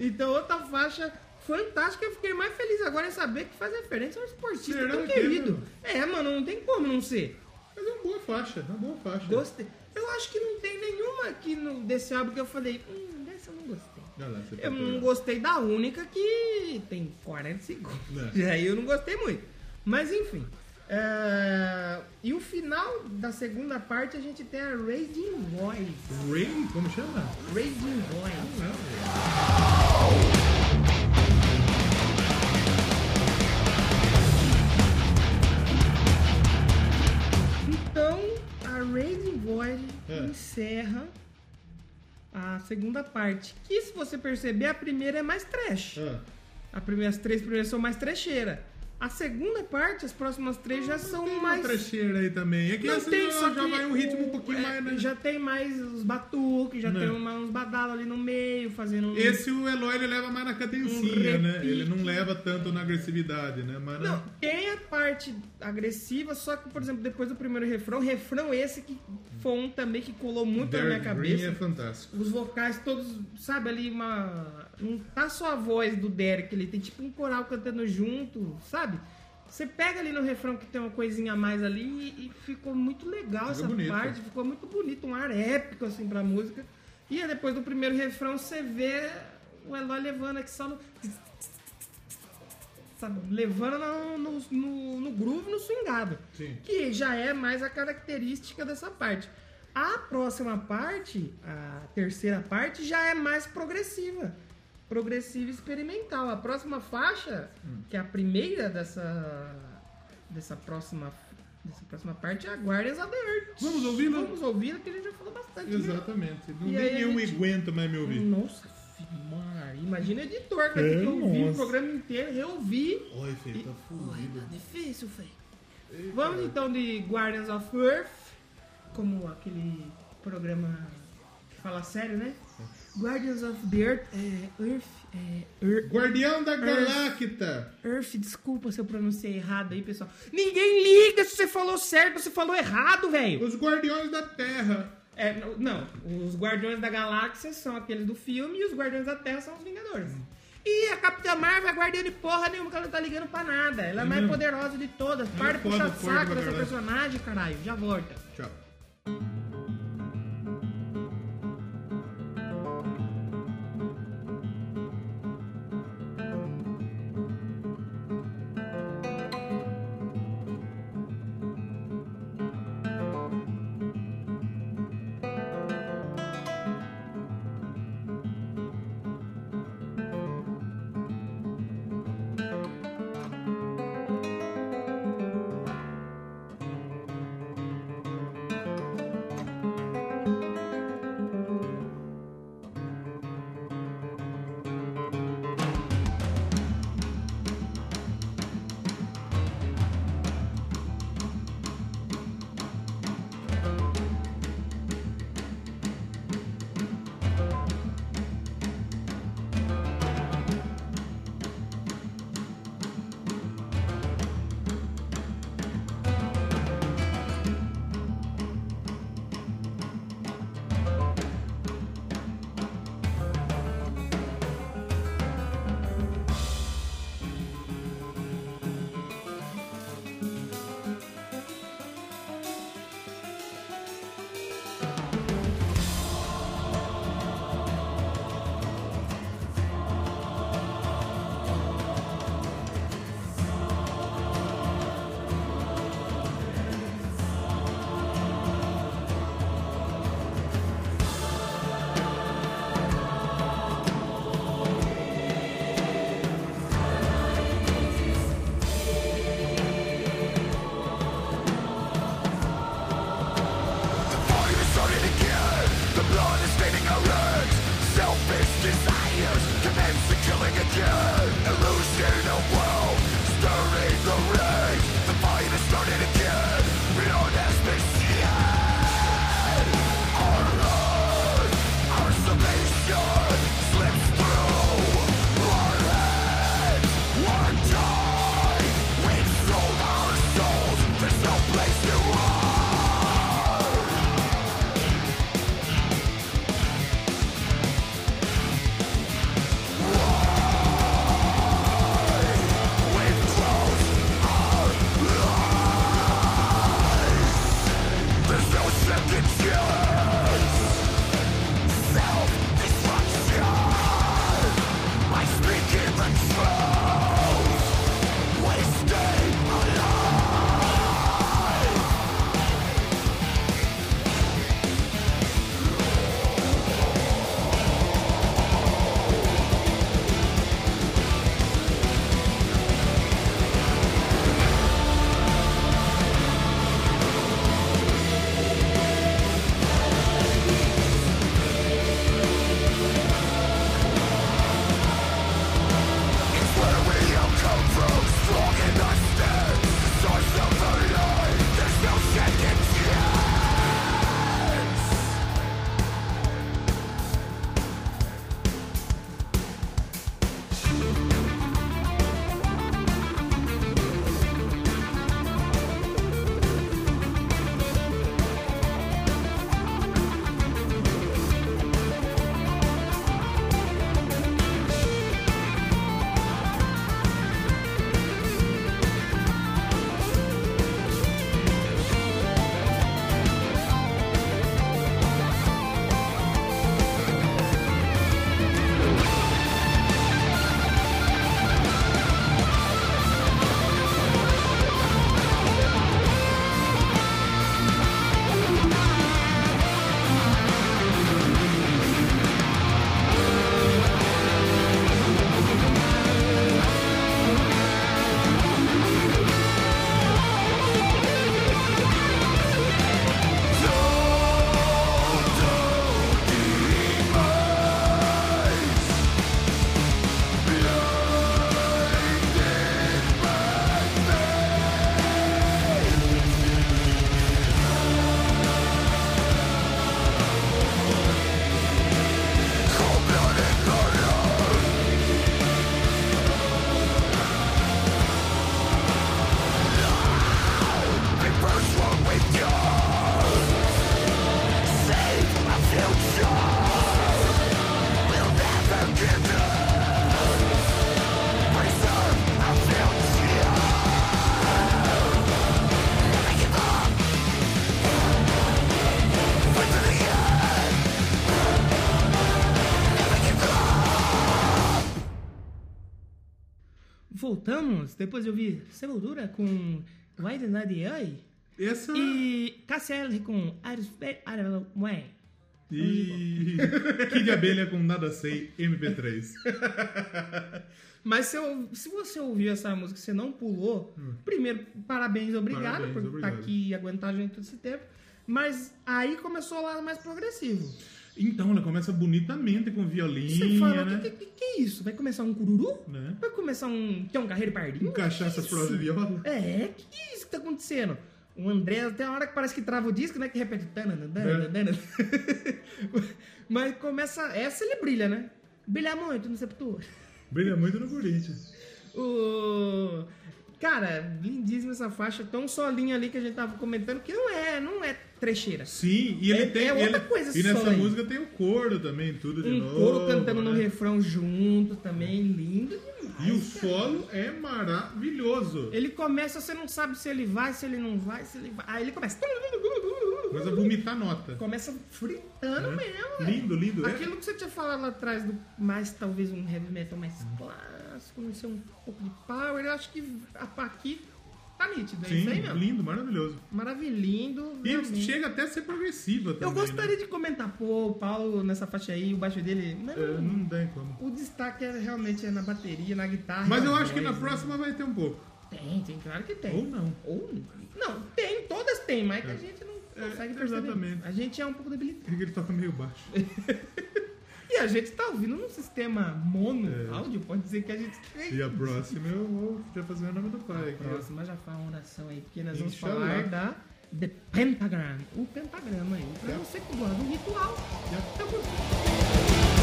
Então, é outra faixa Fantástico, eu fiquei mais feliz agora em saber que faz referência ao esportista
Será
tão
que é,
querido.
mano?
É, mano, não tem como não ser.
Mas é uma boa faixa, é uma boa faixa.
Gostei. Eu acho que não tem nenhuma aqui no, desse álbum que eu falei, hum, dessa eu não gostei.
Olha lá, você
Eu
tá
não
pegando.
gostei da única que tem 40 segundos.
É.
E aí eu não gostei muito. Mas enfim. É, E o final da segunda parte a gente tem a Raising Voice.
Rain, como chama?
Raising Voice.
Não, velho.
Então, a Raising Voice
É.
encerra a segunda parte. Que se você perceber, a primeira é mais trash.
Ah,
A primeira, as três primeiras são mais trecheira. A segunda parte, as próximas três já são
tem
mais.
uma trecheira aí também. É que
Não
essa
tem,
já,
só
já
que
vai um ritmo um
o-
pouquinho
é,
mais, né?
Já tem mais os batuques, já
Né.
tem uma- uns badalos ali no meio, fazendo um...
Esse o Eloy ele leva mais na cadencinha,
Um
né?
repique.
Ele não leva tanto na agressividade, né? Mas
Não,
na-
tem a parte agressiva, só que, por exemplo, depois do primeiro refrão, refrão esse que foi um também que colou muito na minha
Derek Green é
cabeça.
fantástico.
Os vocais todos, sabe, ali uma... Não tá só a voz do Derek, ele tem tipo um coral cantando junto, sabe? Você pega ali no refrão que tem uma coisinha a mais ali e, e ficou muito legal essa
bonito.
parte, ficou muito bonito, um ar épico assim pra música. E aí depois do primeiro refrão você vê o Eloy levando aqui só no. Sabe, tá levando no, no, no, no groove, no swingado.
Sim.
Que já é mais a característica dessa parte. A próxima parte, a terceira parte, já é mais progressiva. Progressiva e experimental. A próxima faixa,
Hum.
que é a primeira dessa, dessa, próxima, dessa próxima parte, é a Guardians of the Earth.
Vamos ouvi-la?
Vamos ouvi-la, que a gente já falou bastante. né?
Exatamente. Não,
E
nem
aí a
eu
gente- Hum.
aguento mais me ouvir.
Nossa, filho, Mar, imagina o editor que vai ter
É,
que ouvir o
nossa.
programa inteiro, reouvir.
Oi, filho, tá fudido.
Difícil, feio. Vamos então de Guardians of Earth, como aquele programa que fala sério, né? Guardians of the Earth, é, Earth, é, Earth,
Guardião da Galacta!
Earth, desculpa se eu pronunciei errado aí, pessoal. Ninguém liga se você falou certo, se você falou errado, velho.
Os Guardiões da Terra!
É, n- não, os Guardiões da Galáxia são aqueles do filme e os Guardiões da Terra são os Vingadores. E a Capitã Marvel é guardiã de porra nenhuma, que ela não tá ligando pra nada. Ela é a mais
mesmo?
poderosa de todas. Para de
Uhum. é foda,
puxar
foda,
saco dessa
verdade.
personagem, caralho. Já volta.
Tchau.
Guardiões da
voltamos, depois de ouvir Sepultura com Why Did Not I?
Essa.
E KCL com Iris Wayne.
E... que de abelha com nada sei, MP3.
Mas se, eu- se você ouviu essa música e você não pulou, primeiro, parabéns, obrigado
Hum. Parabéns,
por estar
obrigado.
aqui e aguentar a gente todo esse tempo. Mas aí começou o lado mais progressivo.
Então, ela começa bonitamente com
E
violinha,
você fala,
né?
que, que, que é isso? Vai começar um cururu?
Né?
Vai começar um. Tem um carreiro pardinho?
Um cachaça
Que
prosa
isso?
viola.
É, que que é isso que tá acontecendo? O André, tem uma hora que parece que trava o disco, né? Que repete. tanana, tanana,
É.
tanana. Mas começa. Essa ele brilha, né? Brilha muito no Sepultura.
Brilha muito no Corinthians.
O... Cara, lindíssima essa faixa. Tem um solinho ali que a gente tava comentando que não é, não é trecheira.
Sim, e ele
É-
tem.
é
e
outra
ele-
coisa esse
E nessa
solo aí.
música tem o coro também, tudo de
Um
novo.
coro cantando no
né?
refrão junto também, lindo demais.
E o solo é maravilhoso.
Ele começa, você não sabe se ele vai, se ele não vai, se ele vai. Aí ele começa.
Começa a vomitar nota.
Começa fritando mesmo. velho.
Né? Lindo, lindo. É-
Aquilo que você tinha falado lá atrás do mais talvez um heavy metal mais clássico, não sei, um pouco de power, eu acho que a- aqui tá nítido, é
Sim,
isso aí mesmo.
lindo, maravilhoso.
Maravilhindo.
E
realmente.
chega até a ser progressiva também.
Eu gostaria
né?
de comentar, pô, o Paulo nessa faixa aí, o baixo dele. Mas
É,
não-
não tem como.
o destaque é realmente na bateria, na guitarra.
Mas
na
eu acho que
voz,
na
né?
próxima vai ter um pouco.
Tem, tem, claro que tem.
Ou não.
Ou não. tem, todas tem, mas que a gente não
É,
consegue perceber.
exatamente.
A gente é um pouco debilitado.
Porque ele toca meio baixo.
E a gente tá ouvindo num sistema mono
É.
áudio, pode dizer que a gente tem.
E a próxima eu vou já fazer o nome do pai. aqui, ó.
Próxima já faz uma oração aí, porque nós vamos
Inshallah.
falar da The Pentagram. O pentagrama aí. Pra você que gosta do ritual,
É. Já.
tá bom.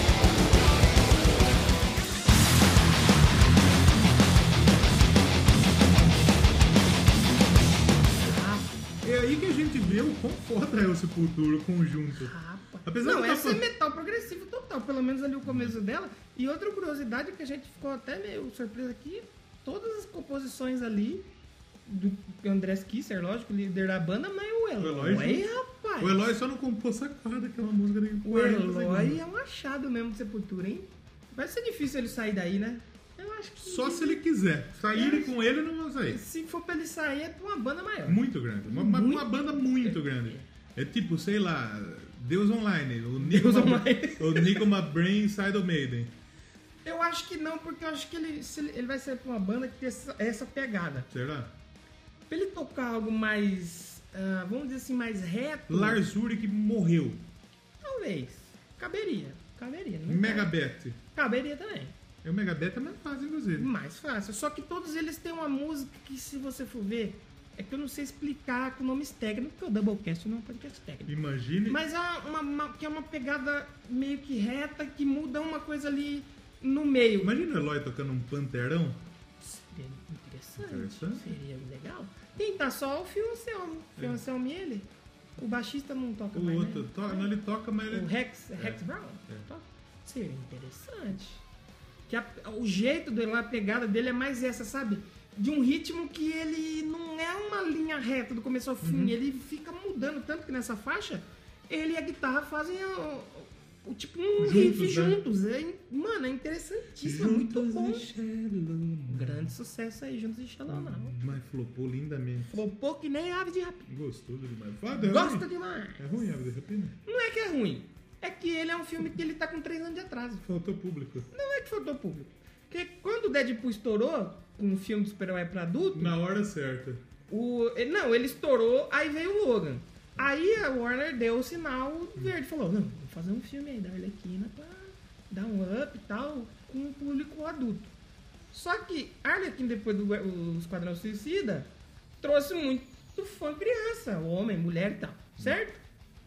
É aí que a gente vê o quão foda é o Sepultura o conjunto.
Rapaz.
Apesar
não,
de eu
essa
tá
é
fal-
metal progressivo total, pelo menos ali o começo dela. E outra curiosidade que a gente ficou até meio surpresa aqui, todas as composições ali do Andrés Kisser, lógico, líder da banda, mas o Eloy,
O Eloy,
rapaz.
O Eloy só não compôs sacada aquela música dele.
O Eloy é um achado mesmo de Sepultura, hein? Vai ser difícil ele sair daí, né? Eu acho que
Só se ele quiser. Sair com ele não vai sair.
se for pra ele sair é pra uma banda maior.
Muito grande. Uma, uma- uma banda muito grande. É tipo, sei lá, Deus Online. O Nico
Deus
Ma-
Online.
O Nico Ma Brain Sidle Maiden.
Eu acho que não, porque eu acho que ele, se ele, ele vai ser pra uma banda que tem essa- essa pegada.
Será?
Pra ele tocar algo mais. ah, vamos dizer assim, mais reto.
Lars Ulrich morreu.
Talvez. Caberia. Caberia, né?
Megabeth.
Caberia também.
E o Megabeth é mais fácil, inclusive.
Mais fácil. Só que todos eles têm uma música que, se você for ver, é que eu não sei explicar com nomes técnicos, porque o Doublecast não é um podcast técnico.
Imagine.
Mas é uma, uma- que é uma pegada meio que reta que muda uma coisa ali no meio.
Imagina o Eloy tocando um panterão.
Seria interessante.
Interessante. É.
Seria legal. Quem tá só o Fio Anselmo. Fio Anselmo e ele. O baixista não toca
O
mais. né?
outro toca. Não, ele toca, mas
O
ele.
Um Rex,
É.
Rex Brown? Tá. Seria interessante. Que a- o jeito dele, a pegada dele é mais essa, sabe? De um ritmo que ele não é uma linha reta do começo ao
Uhum.
fim. Ele fica mudando tanto que nessa faixa, ele e a guitarra fazem o, o- o tipo um
Juntos,
riff
né?
juntos. É in- mano, é interessantíssimo, é muito
Juntos
bom. Um
e Shalom.
Grande sucesso aí, juntos e Shalom. não.
Mas flopou lindamente.
Flopou um que nem ave de rapina.
Gostoso demais. Foda, é
Gosta
ruim.
demais.
É ruim, Ave de Rapina.
Não é que é ruim. É que ele é um filme que ele tá com 3 anos de atraso.
Faltou público.
Não é que faltou público. Porque quando o Deadpool estourou, um filme de super-herói pra adulto,
Na hora certa.
o, ele- não, ele estourou, aí veio o Logan. Aí a Warner deu o sinal verde, falou, não, vamos fazer um filme aí da Arlequina pra dar um up e tal, com o público adulto. Só que a Arlequina, depois do o Esquadrão Suicida, trouxe muito fã criança, homem, mulher e tal, certo?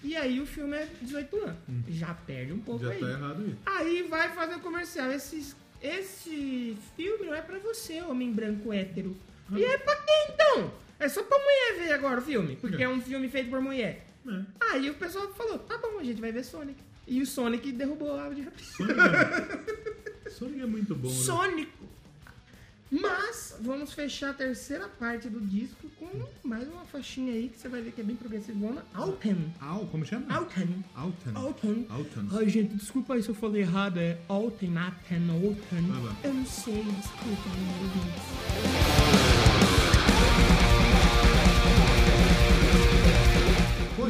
E aí o filme é 18 anos. Já perde um pouco
Hum. Já
aí.
tá errado aí.
Aí vai fazer o comercial. Esse, esse filme não é pra você, homem branco hétero. E é pra quem então? É só pra mulher ver agora o filme, porque é um filme feito por mulher.
É.
Aí o pessoal falou: tá bom, a gente vai ver Sonic. E o Sonic derrubou a ave de rapina.
Sonic é- Sonic é muito bom, né?
Sonic! Mas vamos fechar a terceira parte do disco com mais uma faixinha aí que você vai ver que é bem progressivona. Alten.
Al, como chama?
Alten.
Alten.
Alten.
Alten.
Ai, gente, desculpa aí se eu falei errado. É Alten, Alten, Alten.
Vai lá.
Eu não sei, desculpa, meu Deus.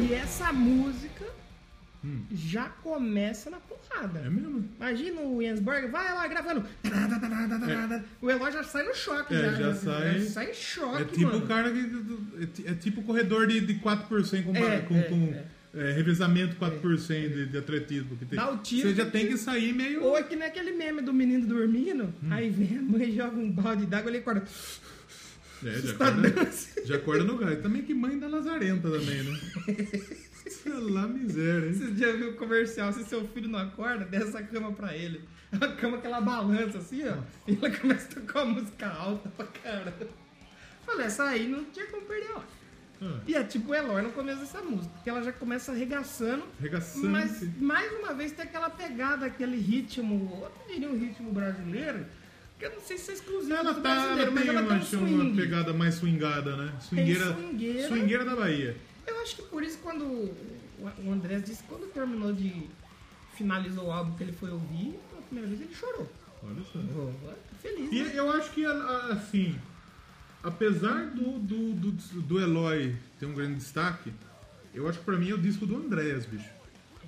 E essa música já começa na porrada.
Hum. É mesmo?
Imagina o Jensberg, vai lá gravando. O Eloy já sai no choque.
É, já sai-
já sai em choque,
É tipo
mano.
o cara que. do- do- é ti- É tipo o corredor de, de 4% com,
É,
com,
é,
com
é.
é, revezamento 4% de, de atletismo que tem.
Dá o tiro.
Você já tem que sair meio.
Ou é que nem aquele meme do menino dormindo,
Hum.
aí vem a mãe joga um balde d'água ele acorda.
É, já
Tá
acorda,
dançando.
já acorda no gás. Também que mãe da Lazarenta também, né? Sei lá, miséria, hein?
Você já viu o um comercial, se seu filho não acorda, desce essa cama pra ele. É uma cama que ela balança assim, ó. E ela começa a tocar uma música alta pra caramba. Falei, essa aí não tinha como perder, ó.
Ah.
E é tipo o Eloy no começo dessa música, porque ela já começa arregaçando.
Arregaçando,
Mas
sim.
mais uma vez tem aquela pegada, aquele ritmo, eu não diria um ritmo brasileiro, que eu não sei se é exclusivo
Ela
do
tá,
brasileiro,
ela tem,
mas ela
eu
tem um
acho, uma
swing.
pegada mais swingada, né? Swingueira,
swingueira.
swingueira da Bahia.
Eu acho que por isso quando o- o Andrés disse que quando terminou de finalizou o álbum que ele foi ouvir, pela primeira vez ele chorou.
Olha só.
Tá feliz.
Uhum. E
né?
eu acho que, a- a- assim, apesar do, do, do, do Eloy ter um grande destaque, eu acho que pra mim é o disco do Andréas, bicho.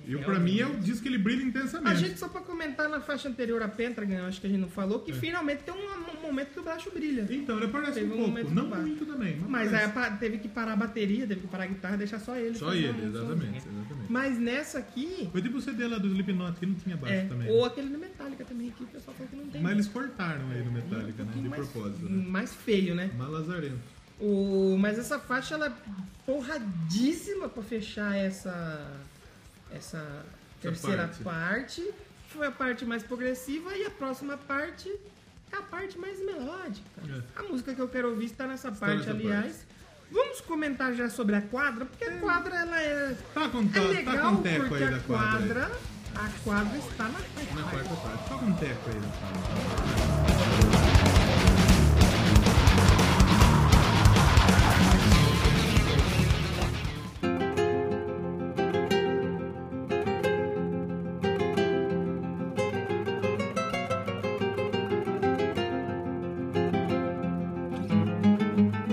E o- pra mim é o disco que ele brilha
A
intensamente.
gente, só pra comentar na faixa anterior a Pentagon, acho que a gente não falou,
É.
que finalmente tem um, um momento que o baixo brilha.
Então, ele aparece
Teve
um
um
pouco,
momento
não
que bate.
muito também.
Mas aí
aparece.
apa- teve que parar a bateria, teve que parar a guitarra e deixar só ele.
Só
fazer
ele,
um som.
exatamente, exatamente.
Mas nessa aqui,
Foi tipo o CD lá do Slipknot, que não tinha baixo
é,
também. né?
ou aquele do Metallica também, que o pessoal falou que não tem.
Mas eles cortaram aí no Metallica, né?
tem um
De
mais-
propósito, né?
Mais feio, né?
Malazarento.
O, mas essa faixa ela é porradíssima pra fechar essa essa terceira
parte.
parte. Foi a parte mais progressiva e a próxima parte é a parte mais melódica.
É.
A música que eu quero ouvir está nessa parte,
nessa
aliás. Vamos comentar já sobre a quadra, porque a quadra ela é,
Tá com,
é
tá, tá
legal
com teco
porque
aí
a
da quadra. é.
quadra,
aí.
a quadra está na
Na
quarta.
quarta parte. Tá com teco aí da quadra.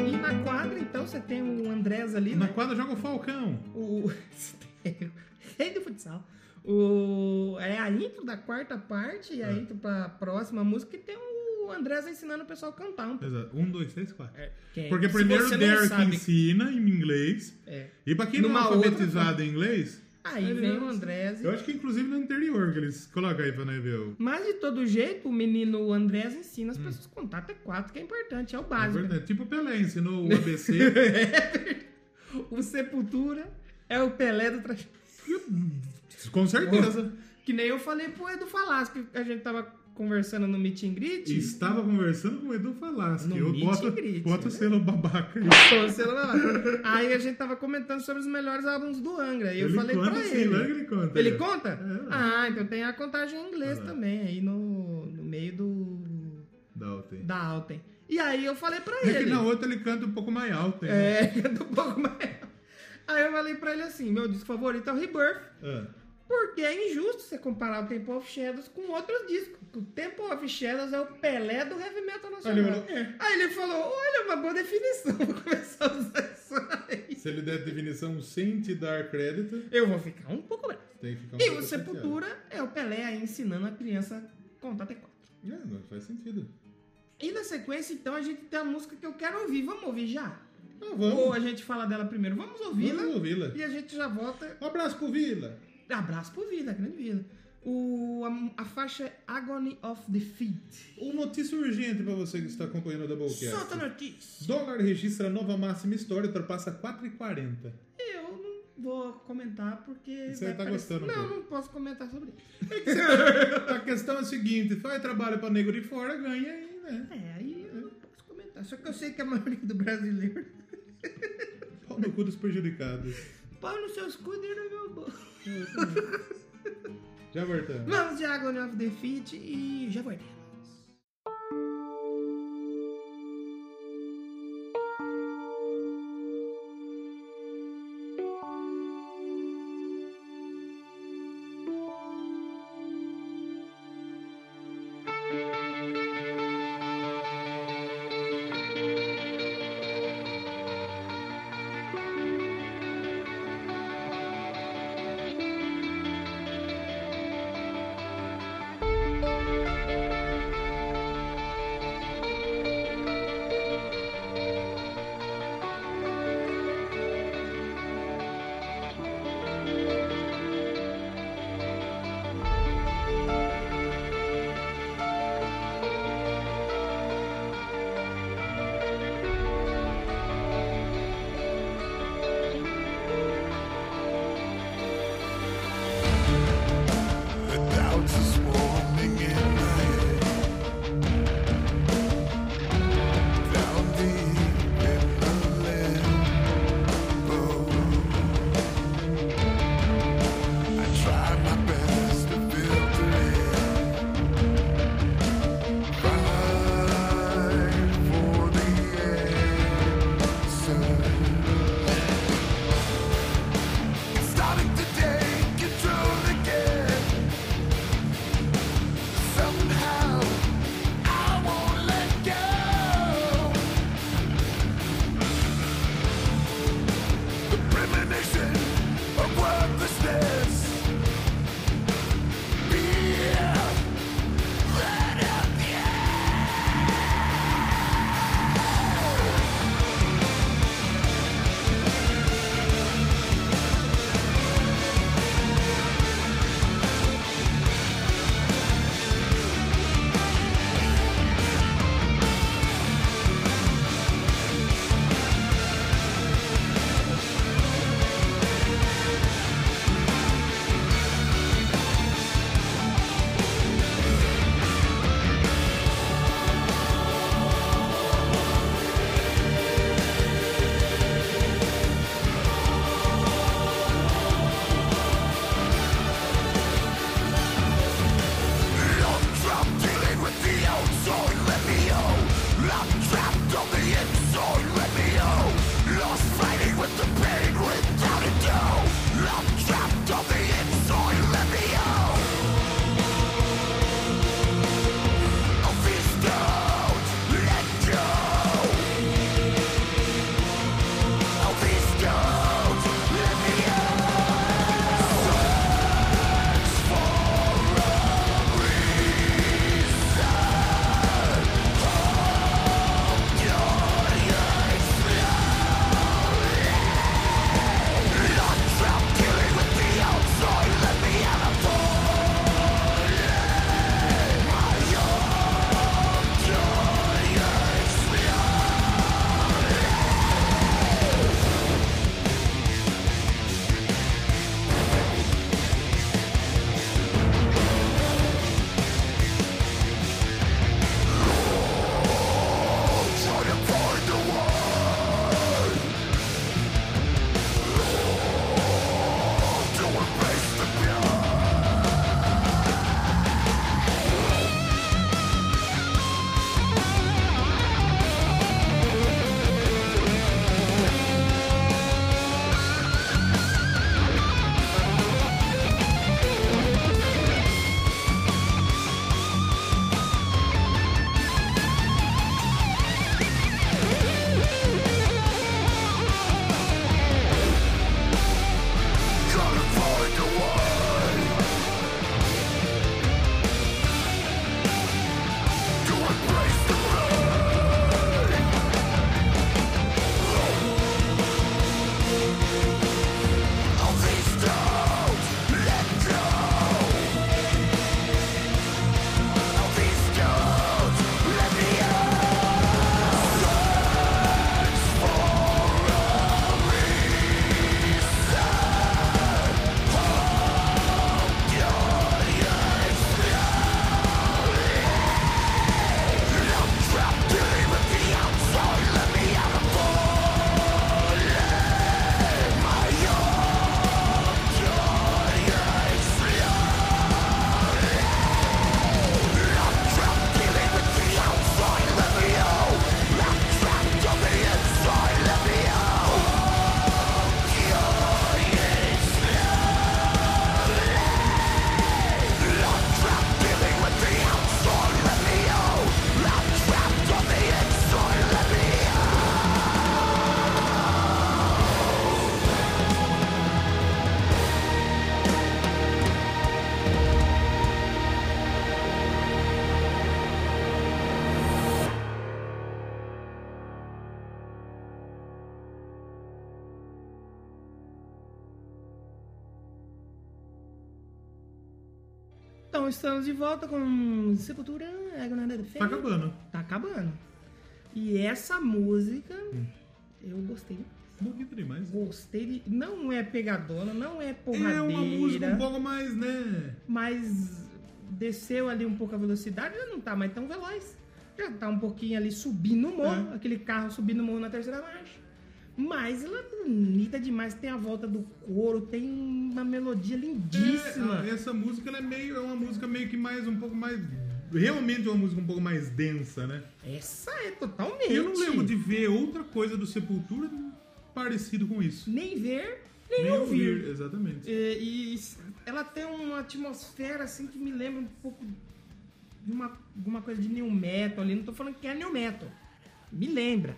E na quadra então você tem o Andrés ali,
Na
né?
quadra joga o Falcão.
O. Rei do futsal. O... É a intro da quarta parte e a
Ah.
intro pra próxima música que tem o Andrés ensinando o pessoal a cantar um pouco.
Exato. Um, dois, três, quatro.
que é-
Porque
se
primeiro
você
o
não
Derek
sabe-
ensina em inglês.
É.
E pra quem não é
Numa outra-
alfabetizado em inglês,
Aí
Ele
vem
não-
o Andrés.
É eu acho que inclusive no interior que eles colocam aí pra nós ver. o-
Mas de todo jeito, o menino Andrés ensina
Hum.
as pessoas a contar até quatro, que é importante, é o básico.
Importante. Tipo o Pelé ensinou o ABC.
o Sepultura é o Pelé do traje.
com certeza.
Que nem eu falei pro Edu Falasco, que a gente tava conversando no meet and greet.
Estava conversando com o Edu Falaschi.
No
Eu
meet
boto,
and greet,
boto o
né?
selo babaca aí.
Tô, sei lá. Aí a gente tava comentando sobre os melhores álbuns do Angra. E eu
Ele assim, né?
falei
conta,
pra
sim,
ele.
lá que ele conta,
Ele
é.
conta?
É.
Ah, então tem a contagem em inglês
Ah.
também, aí no, no meio do.
Dalton.
da Alten. E aí eu falei pra
É que
ele.
na né? outra ele canta um pouco mais alto. hein?
É, canta um pouco mais. Aí eu falei pra ele assim: meu disco favorito é o Rebirth.
Ah.
Porque é injusto você comparar o Temple of Shadows com outros discos. O Temple of Shadows é o Pelé do heavy metal nacional.
Olha, olha, é.
Aí ele falou, olha, uma boa definição. Vou começar a usar isso aí.
Se ele der a definição sem te dar crédito,
Eu vou ficar um pouco bravo.
tem que ficar um
E
pouco
o Sepultura é o Pelé aí ensinando a criança a contar até quatro.
chateado. É, não faz sentido.
E na sequência, então, a gente tem a música que eu quero ouvir. Vamos ouvir já?
Ah, vamos.
Ou a gente fala dela primeiro. Vamos ouvi-la.
Vamos ouvi-la.
E a gente já volta.
Um abraço pro Vila.
Abraço pro Vila, grande Vila. O, a, a faixa Agony of Defeat.
Uma notícia urgente pra você que é? está acompanhando o Doublecast.
Solta a notícia.
Dólar registra nova máxima história, ultrapassa 4,40.
Eu não vou comentar porque.
Você
vai
tá gostando um
Não,
pouco.
não posso comentar sobre isso.
A questão é a seguinte, faz trabalho pra nego de fora, ganha aí, né?
É, aí eu não posso comentar. Só que eu sei que a maioria do brasileiro.
Pau no cu dos prejudicados.
Pau nos seus cu e no meu bolso.
Já voltamos.
Vamos de Agony of Defeat e já voltamos. Então, estamos de volta com Sepultura, Agonada do
Tá acabando.
Tá acabando. E essa música, eu gostei.
Bonito demais.
Gostei de... Não é pegadona, não é porradeira.
É uma música um pouco mais, né?
mas desceu ali um pouco a velocidade, já não tá mais tão veloz. Já tá um pouquinho ali subindo o morro,
É.
aquele carro subindo o morro na terceira marcha. Mas ela é bonita demais, tem a volta do couro, tem uma melodia lindíssima.
É, essa música ela é meio. É uma música meio que mais um pouco mais. Realmente é uma música um pouco mais densa, né?
Essa é totalmente.
Eu não lembro de ver outra coisa do Sepultura parecido com isso.
nem ver, nem,
Nem
ouvir.
Exatamente.
É, E, s- ela tem uma atmosfera assim que me lembra um pouco de uma, alguma coisa de new metal ali. Não tô falando que é new metal. Me lembra.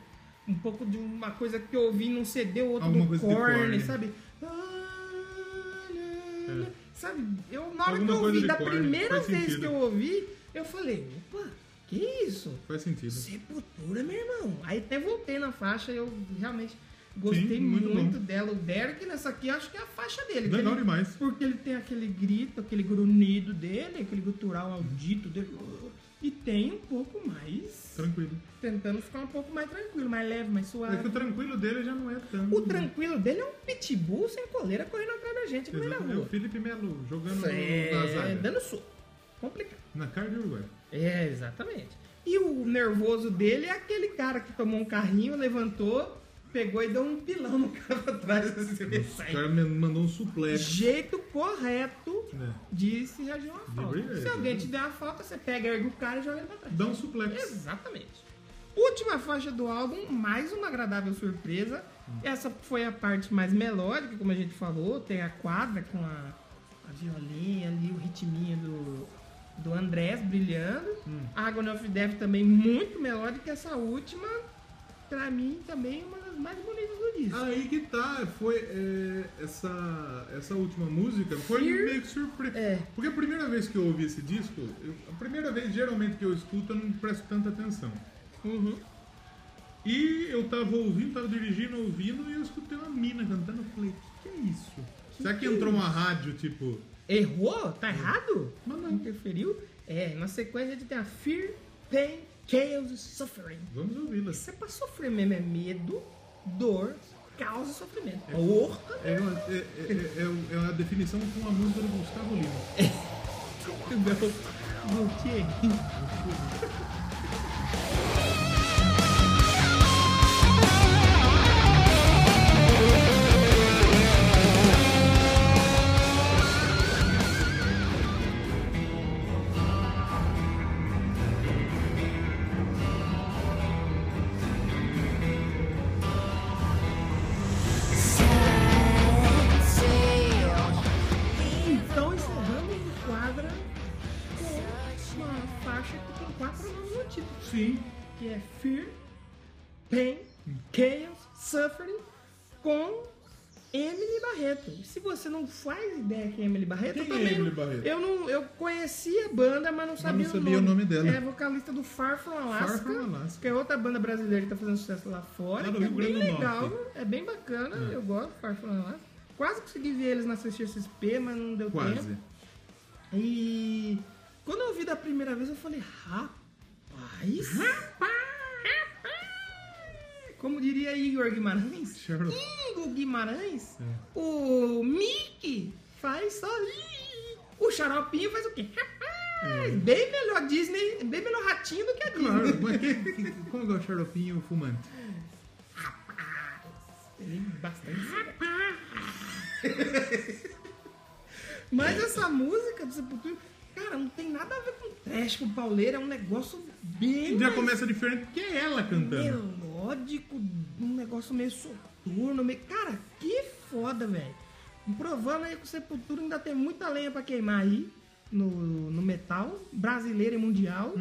Um pouco de uma coisa que eu ouvi num CD ou outro
Alguma
do
coisa de
Korn,
Korn. É.
sabe? Sabe, eu na hora
Alguma
que eu
coisa
ouvi,
de
da
Korn,
primeira
faz
vez
sentido.
que eu ouvi, eu falei, opa, que isso?
Faz sentido.
Sepultura, é meu irmão. Aí até voltei na faixa, eu realmente gostei
Sim,
muito,
muito bom.
dela. O Derek nessa aqui, acho que é a faixa dele.
Legal
que ele-
demais.
Porque ele tem aquele grito, aquele grunhido dele, aquele gutural audito dele. E tem um pouco mais.
Tranquilo.
Tentando ficar um pouco mais tranquilo, mais leve, mais
É que
suave.
o tranquilo dele já não é tanto.
O tranquilo dele é um pitbull sem coleira correndo atrás da gente no meio da
Exato. É o
rua.
Felipe Melo jogando na
um É,
zaga.
dando soco. Complicado.
Na cara do Uruguai.
É, exatamente. E o nervoso dele é aquele cara que tomou um carrinho, levantou, pegou e deu um pilão no cara pra trás. Assim,
O
sai.
cara me mandou um suplete.
Jeito correto
É.
de se reagir a uma falta.
briga,
Se alguém te der uma falta, você pega, ergue o cara e joga ele pra trás.
Dá um
É
suplex.
Exatamente. Última faixa do álbum, mais uma agradável surpresa. Essa foi a parte mais melódica, como a gente falou. Tem a quadra com a, a violinha ali, o ritminho do, do Andrés brilhando.
Hum.
A Agony of Death também muito melódica. Essa última, pra mim, também é uma das mais bonitas do disco.
Aí que tá, foi é, essa, essa última música foi
Fear.
meio que surpresa.
É.
Porque a primeira vez que eu ouvi esse disco, eu- a primeira vez geralmente que eu escuto, eu não presto tanta atenção.
Uhum.
E eu tava ouvindo, tava dirigindo, ouvindo, e eu escutei uma mina cantando. Eu falei, o que, que é isso? Será
é
que, entrou uma rádio, tipo.
Errou? Tá errado?
Mas não.
Interferiu? É, na sequência a gente tem a Fear, Pain, Chaos e Suffering.
Vamos ouvi-la.
Isso é pra sofrer mesmo, é medo, dor, causa e sofrimento. Porra!
É, uma- é, é, é, é o- é a definição com a música do Gustavo Lima.
Gautier. Então encerramos o quadro com uma faixa que tem quatro nomes no título. Sim. Que é Fear, Pain, Chaos, Suffering, com Emily Barreto. E Se você não faz ideia quem é Emily Barreto,
Quem
eu
é
também.
Emily
não-
Barreto?
Eu, não, eu conhecia a banda, mas não sabia,
sabia o nome dela.
É vocalista do Far From Alaska,
From Alaska.
que é outra banda brasileira que tá fazendo sucesso lá fora.
Lá do
que é
Rio
bem
Grande do
legal,
Norte.
é bem bacana, eu gosto do Far From Alaska. Quase consegui ver eles na CXP, mas não deu tempo.
Quase.
E quando eu ouvi da primeira vez, eu falei, rapaz! Rapaz! Como diria Igor Guimarães?
Sherlock. É.
Igor Guimarães, o Mickey faz só. O xaropinho faz o quê? Rapaz! Bem melhor Disney, bem melhor ratinho do que a Disney.
É. Claro, mas que- que- como que é o xaropinho fumante?
Tem bastante Mas essa música do Sepultura, cara, não tem nada a ver com trash, com pauleira, é um negócio bem
Já
mais
começa diferente porque é ela cantando.
melódico, um negócio meio soturno, meio... Cara, que foda, velho. Provando aí que o Sepultura ainda tem muita lenha pra queimar aí, no, no metal, brasileiro e mundial.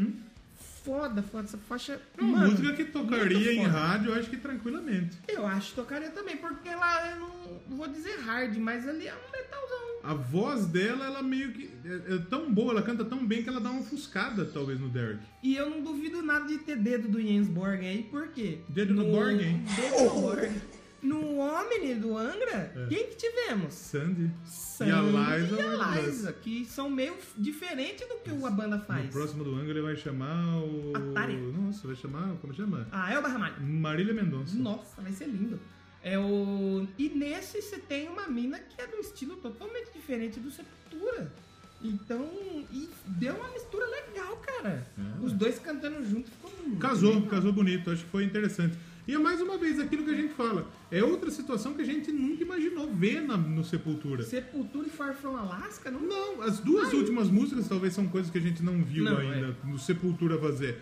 Foda, foda, essa faixa...
É uma
mano,
música que tocaria em
muito foda.
rádio, eu acho que tranquilamente.
Eu acho que tocaria também, porque ela, eu não não vou dizer hard, mas ali é um metalzão.
A voz dela, ela meio que. É, é tão boa, ela canta tão bem que ela dá uma ofuscada, talvez, no Derek.
E eu não duvido nada de ter dedo do Jens Borg aí, por quê?
Dedo no Borg, hein?
Dedo no Borg. No Omni, Lenine do Angra, quem que tivemos?
Sandy.
Sandy
a Liza
e a
Margolis.
Liza, que são meio f- diferente do que a banda
No
faz.
próximo do ângulo ele vai chamar o.
Atari.
Nossa, vai chamar. Como chama?
A Elba Ramalho.
Marília Mendonça.
Nossa, vai ser lindo. É o... E nesse você tem uma mina que é de um estilo totalmente diferente do Sepultura. Então, e deu uma mistura legal, cara. Os dois cantando junto ficou muito
Ah. Casou,
legal.
casou bonito, acho que foi interessante. E é mais uma vez aquilo que a gente fala. É outra situação que a gente nunca imaginou ver na, no Sepultura.
Sepultura e Far From Alaska? Não,
Não, as duas últimas músicas talvez são coisas que a gente não viu
Não, é.
ainda no Sepultura fazer.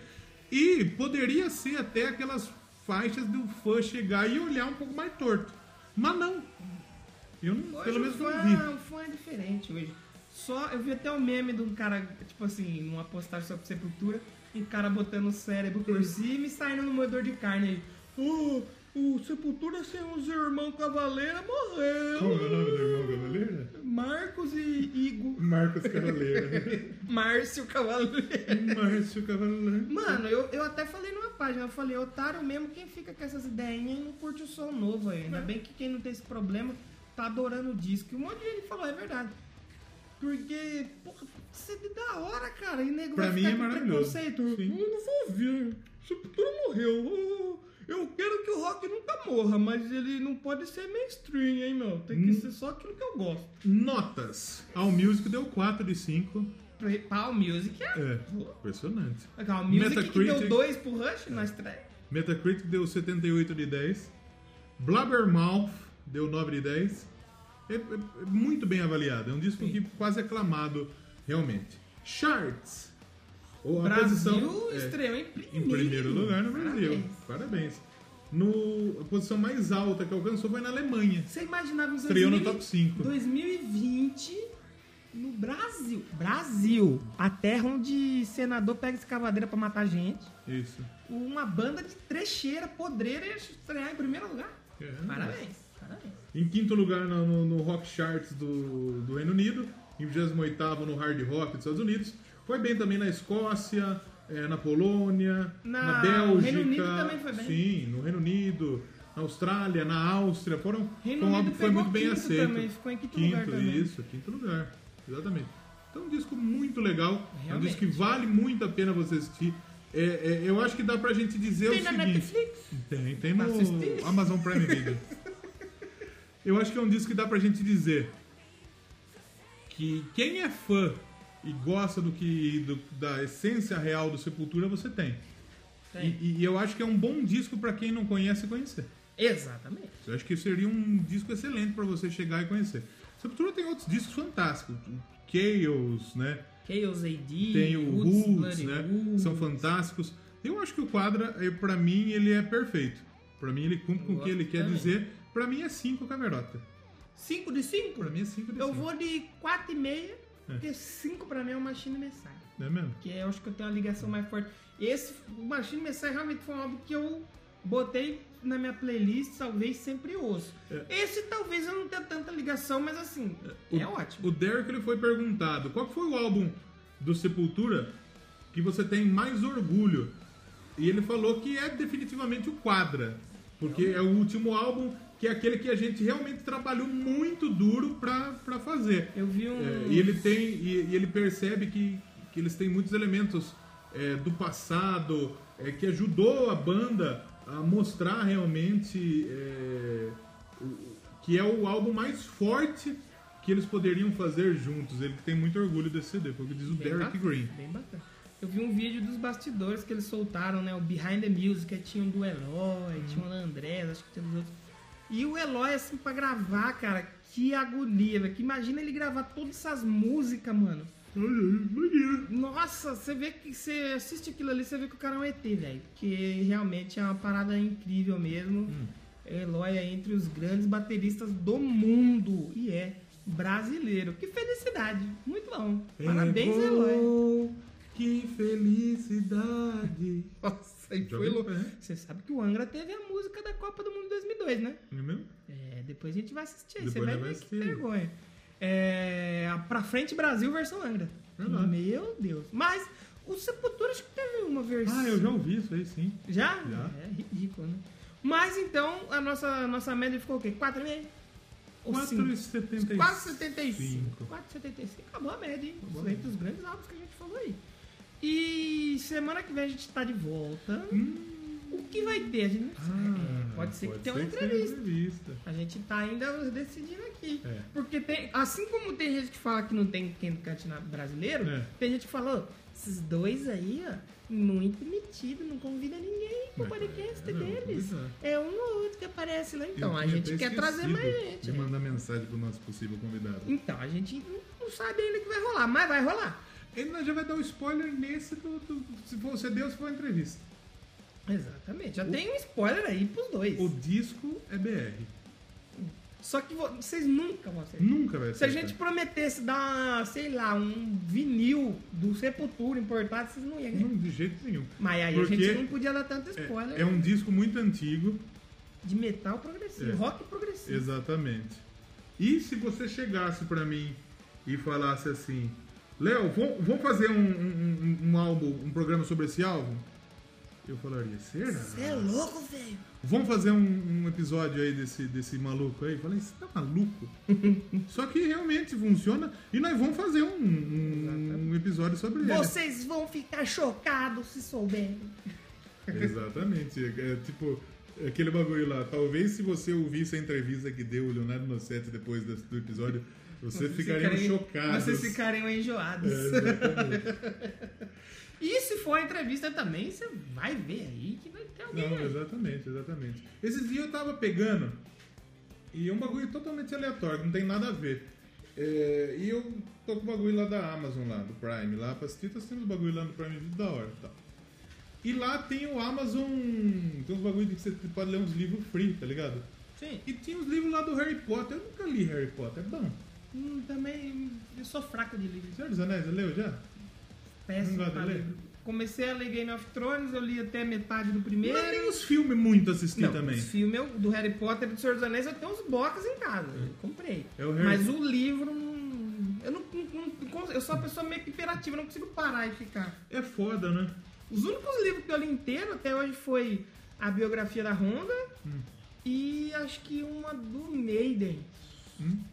E poderia ser até aquelas faixas do fã chegar e olhar um pouco mais torto. Mas não. Eu não,
Hoje
pelo menos
o
não
fã,
vi.
o fã é diferente hoje. Só, eu vi até o meme de um cara, tipo assim, numa postagem sobre sepultura, um cara botando o cérebro por cima e saindo no moedor de carne aí. Oh, o Sepultura sem os irmãos Cavaleira
Como é o
morreu.
nome do irmão Cavaleira?
Marcos e Igor.
Marcos Cavaleira.
Márcio Cavaleira.
Márcio Cavaleira.
Mano, eu, eu até falei numa página, eu falei, otário mesmo quem fica com essas ideinhas e não curte o som novo aí. Ainda bem que quem não tem esse problema tá adorando o disco. E um monte de gente falou, é verdade. Porque, porra, CD da hora, cara. E nego
Pra
vai
mim
ficar
é
com
maravilhoso.
preconceito.
Sim.
Hum, não vou ver. Sepultura morreu. Oh, Eu quero que o rock nunca morra, mas ele não pode ser mainstream, hein, meu? Tem
Hum.
que ser só aquilo que eu gosto.
Notas. Ao Music deu 4 de 5.
Pau Music é.
É, impressionante.
Legal, Music que
Metacritic.
deu 2 pro Rush na estreia.
Metacritic deu 78 de 10. Blabbermouth deu 9 de 10. É, é- é muito bem avaliado. É um disco que quase aclamado, realmente. Charts. Ou a
Brasil
posição- é,
estreou em primeiro.
em primeiro lugar no Brasil.
Parabéns.
Parabéns. No, a posição mais alta que alcançou foi na Alemanha.
Você imaginava nos
Estreou no
2000
top cinco.
2020 no Brasil. Brasil, a terra onde senador pega escavadeira pra matar gente.
Isso.
Uma banda de trecheira, podreira, ia estrear em primeiro lugar.
É.
Parabéns. Parabéns.
Em quinto lugar no, no- no Rock Charts do, do Reino Unido. Em 28 no Hard Rock dos Estados Unidos. Foi bem também na Escócia, eh, na Polônia, na,
Na-
Bélgica.
Reino Unido também foi bem.
Sim, no Reino Unido, na Austrália, na Áustria. Foram,
Reino
foi um álbum
Unido
que foi
pegou
muito bem
quinto
aceito.
também, ficou em quinto lugar também.
Isso, quinto lugar. Exatamente. Então, um disco muito legal. É um
Realmente.
disco que vale muito a pena você assistir. É, é, eu acho que dá pra gente dizer
Tem
o
na
seguinte.
Netflix?
Tem, tem
Pra assistir?
no Amazon Prime Video. Eu acho que é um disco que dá pra gente dizer que quem é fã e gosta do que do- da essência real do Sepultura, você tem.
Tem.
E, e eu acho que é um bom disco pra quem não conhece conhecer.
Exatamente.
Eu acho que seria um disco excelente pra você chegar e conhecer. Sepultura tem outros discos fantásticos. o Chaos, né?
Chaos AD,
tem o
Roots,
Roots,
Bloody
né?
Roots.
São fantásticos. Eu acho que o Quadra, eh, pra mim, ele é perfeito. Pra mim, ele cumpre com o que ele quer
também.
dizer. Pra mim, é 5 camerota.
5 de 5?
Pra mim, é 5 de 5.
Eu vou de
É.
4,5, porque 5 pra mim é uma Machine Messiah.
Não é mesmo?
Que eu acho que eu tenho uma ligação mais forte. Esse, o Machine Messiah realmente foi um álbum que eu botei na minha playlist, talvez sempre ouço. Esse talvez eu não tenha tanta ligação, mas assim, é, ótimo.
É. O Derek, ele foi perguntado, qual que foi o álbum do Sepultura que você tem mais orgulho? E ele falou que é definitivamente o Quadra. Porque é o último álbum que é aquele que a gente realmente trabalhou muito duro pra, pra fazer.
Eu vi um.
É, e ele tem e, e ele percebe que, que eles têm muitos elementos é, do passado é, que ajudou a banda a mostrar realmente é, o- que é o álbum mais forte que eles poderiam fazer juntos. Ele tem muito orgulho desse CD, foi o que diz o
bem
Derek
bacana,
Green.
Bem bacana. Eu vi um vídeo dos bastidores que eles soltaram, né? O Behind the Music, aí tinha um do Eloy,
Uhum.
tinha um da Andrés, acho que tem uns outros. E o Eloy, assim, pra gravar, cara, que agonia, velho. Que imagina ele gravar todas essas músicas, mano. Nossa, você vê que você assiste aquilo ali, você vê que o cara é um ET, velho. Porque realmente é uma parada incrível mesmo.
Hum.
Eloy é entre os grandes bateristas do mundo e é brasileiro. Que felicidade! Muito bom. Parabéns,
É
Eloy.
bom, Que felicidade!
Nossa, e
Já
foi
vi,
louco.
né?
Você sabe que o Angra teve a música da Copa do Mundo 2002, né?
Não é mesmo?
É, depois a gente vai assistir aí. Você
Depois
vai
a
ver
gente vai
que
assistir.
vergonha. É, a pra frente Brasil versão Angra.
Verdade.
Meu Deus. Mas o Sepultura acho que teve uma versão.
Ah, eu já ouvi isso aí, sim.
Já?
Já.
É ridículo, né? Mas então a nossa, nossa média ficou o quê? 4,5? Ou 5?
4,75.
Quase 75. 4,75. Acabou a média, hein? Isso aí dos grandes álbuns que a gente falou aí. E semana que vem a gente tá de volta. O que vai ter? A gente não sabe. É,
Ah,
pode ser que tenha uma
Hum. que tenha
entrevista.
entrevista.
A gente tá ainda decidindo aqui.
É.
Porque tem, assim como tem gente que fala que não tem quem cante na- brasileiro,
É.
tem gente que falou, esses dois aí, ó, muito metido, não convida ninguém pro
É,
podcast
é, não,
deles.
pois
É um ou outro que aparece lá, então.
Eu
A
tinha
gente
até
quer trazer mais
esquecido
gente. né?
De mandar mensagem pro nosso possível convidado.
Então, a gente não sabe ainda o que vai rolar, mas vai rolar.
Ele nós já vai dar um spoiler nesse do. do- se você deu, se for uma entrevista.
Exatamente. Já tem um spoiler aí pros dois.
O disco é BR.
Só que vo- vocês nunca vão acertar.
Nunca vai
Se a
ser.
gente prometesse dar, sei lá, um vinil do Sepultura importado, vocês não iam ganhar.
Não, de jeito nenhum.
Mas aí a
Porque
gente não podia dar tanto spoiler
É, é um disco muito antigo,
de metal progressivo,
É.
rock progressivo.
exatamente. E se você chegasse pra mim e falasse assim: Léo, vamos, vamos fazer um, um- um- um álbum, um programa sobre esse álbum? Eu falaria: será?
Você é louco, velho.
Vamos fazer um, um episódio aí desse, desse maluco aí? Eu Falei, você tá maluco? Só que realmente funciona e nós vamos fazer um, um- um episódio sobre
É. Vocês vão ficar chocados se souberem.
ele. Exatamente. É, é, tipo, é aquele bagulho lá. Talvez se você ouvisse a entrevista que deu o Leonardo Nossetti depois desse- do episódio, você ficaria chocado.
Vocês ficariam enjoados.
É.
e se for a entrevista também, você vai ver aí que vai ter alguém
Não,
aí.
exatamente, exatamente. Esses dias eu tava pegando e é um bagulho totalmente aleatório, não tem nada a ver. É, e eu tô com o bagulho lá da Amazon, lá, do Prime, lá pra assistir, tá assistindo os bagulho lá no Prime Video da hora e tal. E lá tem o Amazon. Tem uns bagulho de que você pode ler uns livros free, tá ligado?
Sim.
E tinha os livros lá do Harry Potter, eu nunca li Harry Potter, é bom.
Hum, também eu sou fraco de livro.
Senhor dos Anéis, você leu já?
Péssimo
Não gosta
pra
de ler?
livro. Comecei a ler Game of Thrones, eu li até metade do primeiro.
Mas é nem os filmes muito assisti
Não,
também.
Os filmes eu- do Harry Potter e do Senhor dos Anéis eu tenho uns boxes em casa. Eu comprei.
É o Harry-
Mas o livro. não- Eu não, não- não- Eu sou uma pessoa meio que hiperativa, eu não consigo parar e ficar.
É foda, né?
Os únicos livros que eu li inteiro até hoje foi a biografia da Honda
Hum.
e acho que uma do Maiden.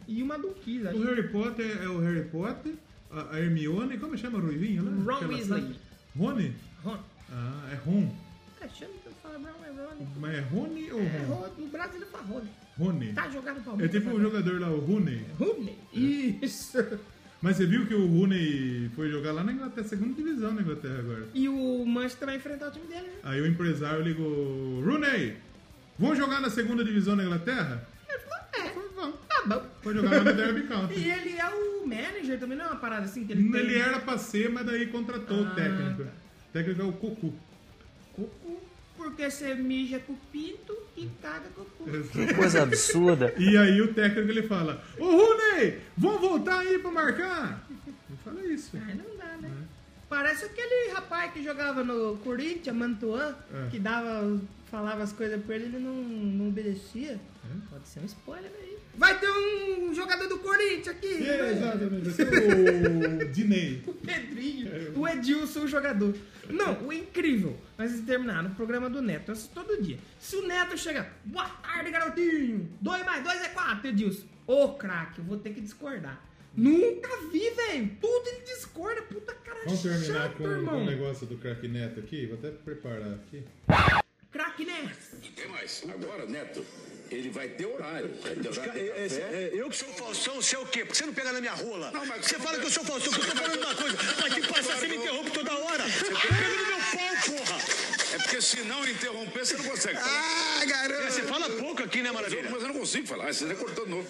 E uma do Kiss, acho.
Hum? O Harry Potter é o Harry Potter, a a Hermione, como chama a Ruivinha lá?
Ron
Aquela
Weasley.
sabe? Rony?
Ron.
Ah, é Ron.
Tá achando que eu falo Brown é Ron?
Mas é Rony ou
É,
Ron?
Ron- no Brasil ele fala Ron.
Rony.
Tá jogando pra
É tipo o jogador lá, o Rooney.
Rubney. Isso.
Mas você viu que o Rooney foi jogar lá na Inglaterra, segunda divisão na Inglaterra agora.
E o Manchester vai enfrentar o time dele, né?
Aí o empresário ligou, Rooney, vão jogar na segunda divisão na Inglaterra?
Ele falou, é,
Vão.
tá bom.
Foi jogar lá no Derby County.
E ele é o manager também, não é uma parada assim que ele tem.
Ele é. era pra ser, mas daí contratou
Ah,
o técnico. O técnico é o Cocu.
Cucu, porque você mija com o pinto e caga com o cu.
Coisa absurda.
E aí o técnico ele fala: Ô Rooney, vão voltar aí pra marcar? Não fala isso.
Ai, não dá, né? Parece aquele rapaz que jogava no Corinthians, Mantuan,
É.
que dava, falava as coisas pra ele e ele não, não obedecia.
É.
Pode ser um spoiler aí. Vai ter um jogador do Corinthians aqui!
É,
né?
exatamente. Esse é o Dinei.
Pedrinho, o Edilson, o jogador. Não, o incrível. Nós terminaram o programa do Neto. Eu assisto todo dia. Se o Neto chega, boa tarde, garotinho. 2 mais 2 é 4, Edilson. Ô, craque, eu vou ter que discordar. Nunca vi, velho. Tudo ele discorda. Puta cara
Vamos terminar
chato,
com, com o
irmão.
negócio do craque Neto aqui. Vou até preparar aqui.
Craque né? Neto.
Tem mais. Agora, Neto, ele vai ter horário. Vai ter horário de
É, é,
café.
é, eu que sou Faustão, você é o quê? Porque você não pega na minha rola.
Não, mas-
você fala que eu sou Faustão, porque eu tô falando uma coisa. Mas que passa, você me interrompe toda hora. Pega no meu pau, porra.
É porque se não interromper, você não consegue falar.
Ah, garoto. Você fala pouco aqui, né,
mas, eu,
Maravilha?
mas eu não consigo falar. Você já cortou de novo.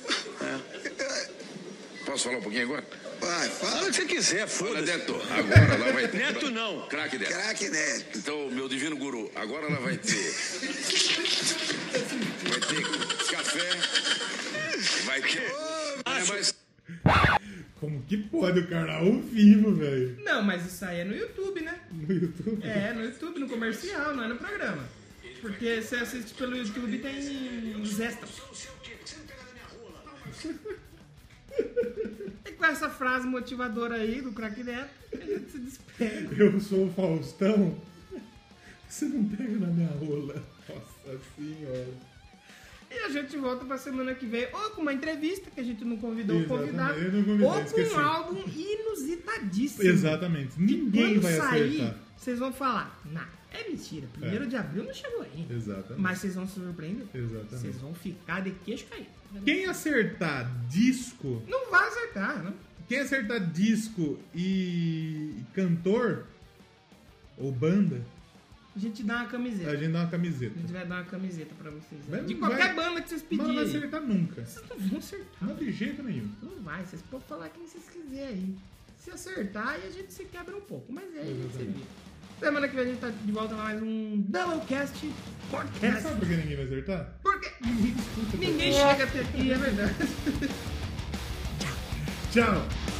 Posso falar um pouquinho agora?
Vai, fala o que você quiser,
Olha,
foda-se.
Neto, agora ela vai ter...
Neto não.
Craque Neto.
Craque, né? Neto.
Então, meu divino guru, agora ela vai ter... Vai ter café... Vai ter... É, mas...
Como que pode o cara ao vivo, velho?
Não, mas isso aí é no YouTube, né?
No YouTube.
É, no YouTube, no comercial, não é no programa. Porque se assiste pelo YouTube tem uns extras.
é
E com essa frase motivadora aí do craque Neto, a gente se despede.
Eu sou o Faustão. Você não pega na minha rola. Nossa senhora.
E a gente volta pra semana que vem, ou com uma entrevista que a gente não convidou o
Exatamente,
convidado,
eu não convidei,
ou com
esqueci.
um álbum inusitadíssimo.
Exatamente. Ninguém
Quando
vai
sair,
acertar.
vocês vão falar, nah, é mentira, primeiro
É.
de abril não chegou ainda.
Exatamente.
Mas vocês vão se surpreender.
Exatamente.
Vocês vão ficar de queixo caído. né?
Quem acertar disco,
Não vai né? acertar, não.
quem acertar disco e e cantor ou banda,
A gente dá uma camiseta.
a gente dá uma camiseta.
A gente vai dar uma camiseta pra vocês.
Vai-
de qualquer
vai-
banda que vocês
Mas
pedirem.
não vai acertar nunca.
Vocês não vão acertar.
Não de jeito nenhum.
Não vai, vocês podem falar quem vocês quiserem aí. Se acertar, aí a gente se quebra um pouco. Mas é aí que você
Exatamente.
vê. Semana que vem a gente tá de volta pra mais um Doublecast
Você
Podcast.
sabe por que ninguém vai acertar?
Porque É. ninguém
escuta.
chega até aqui, é verdade.
Tchau!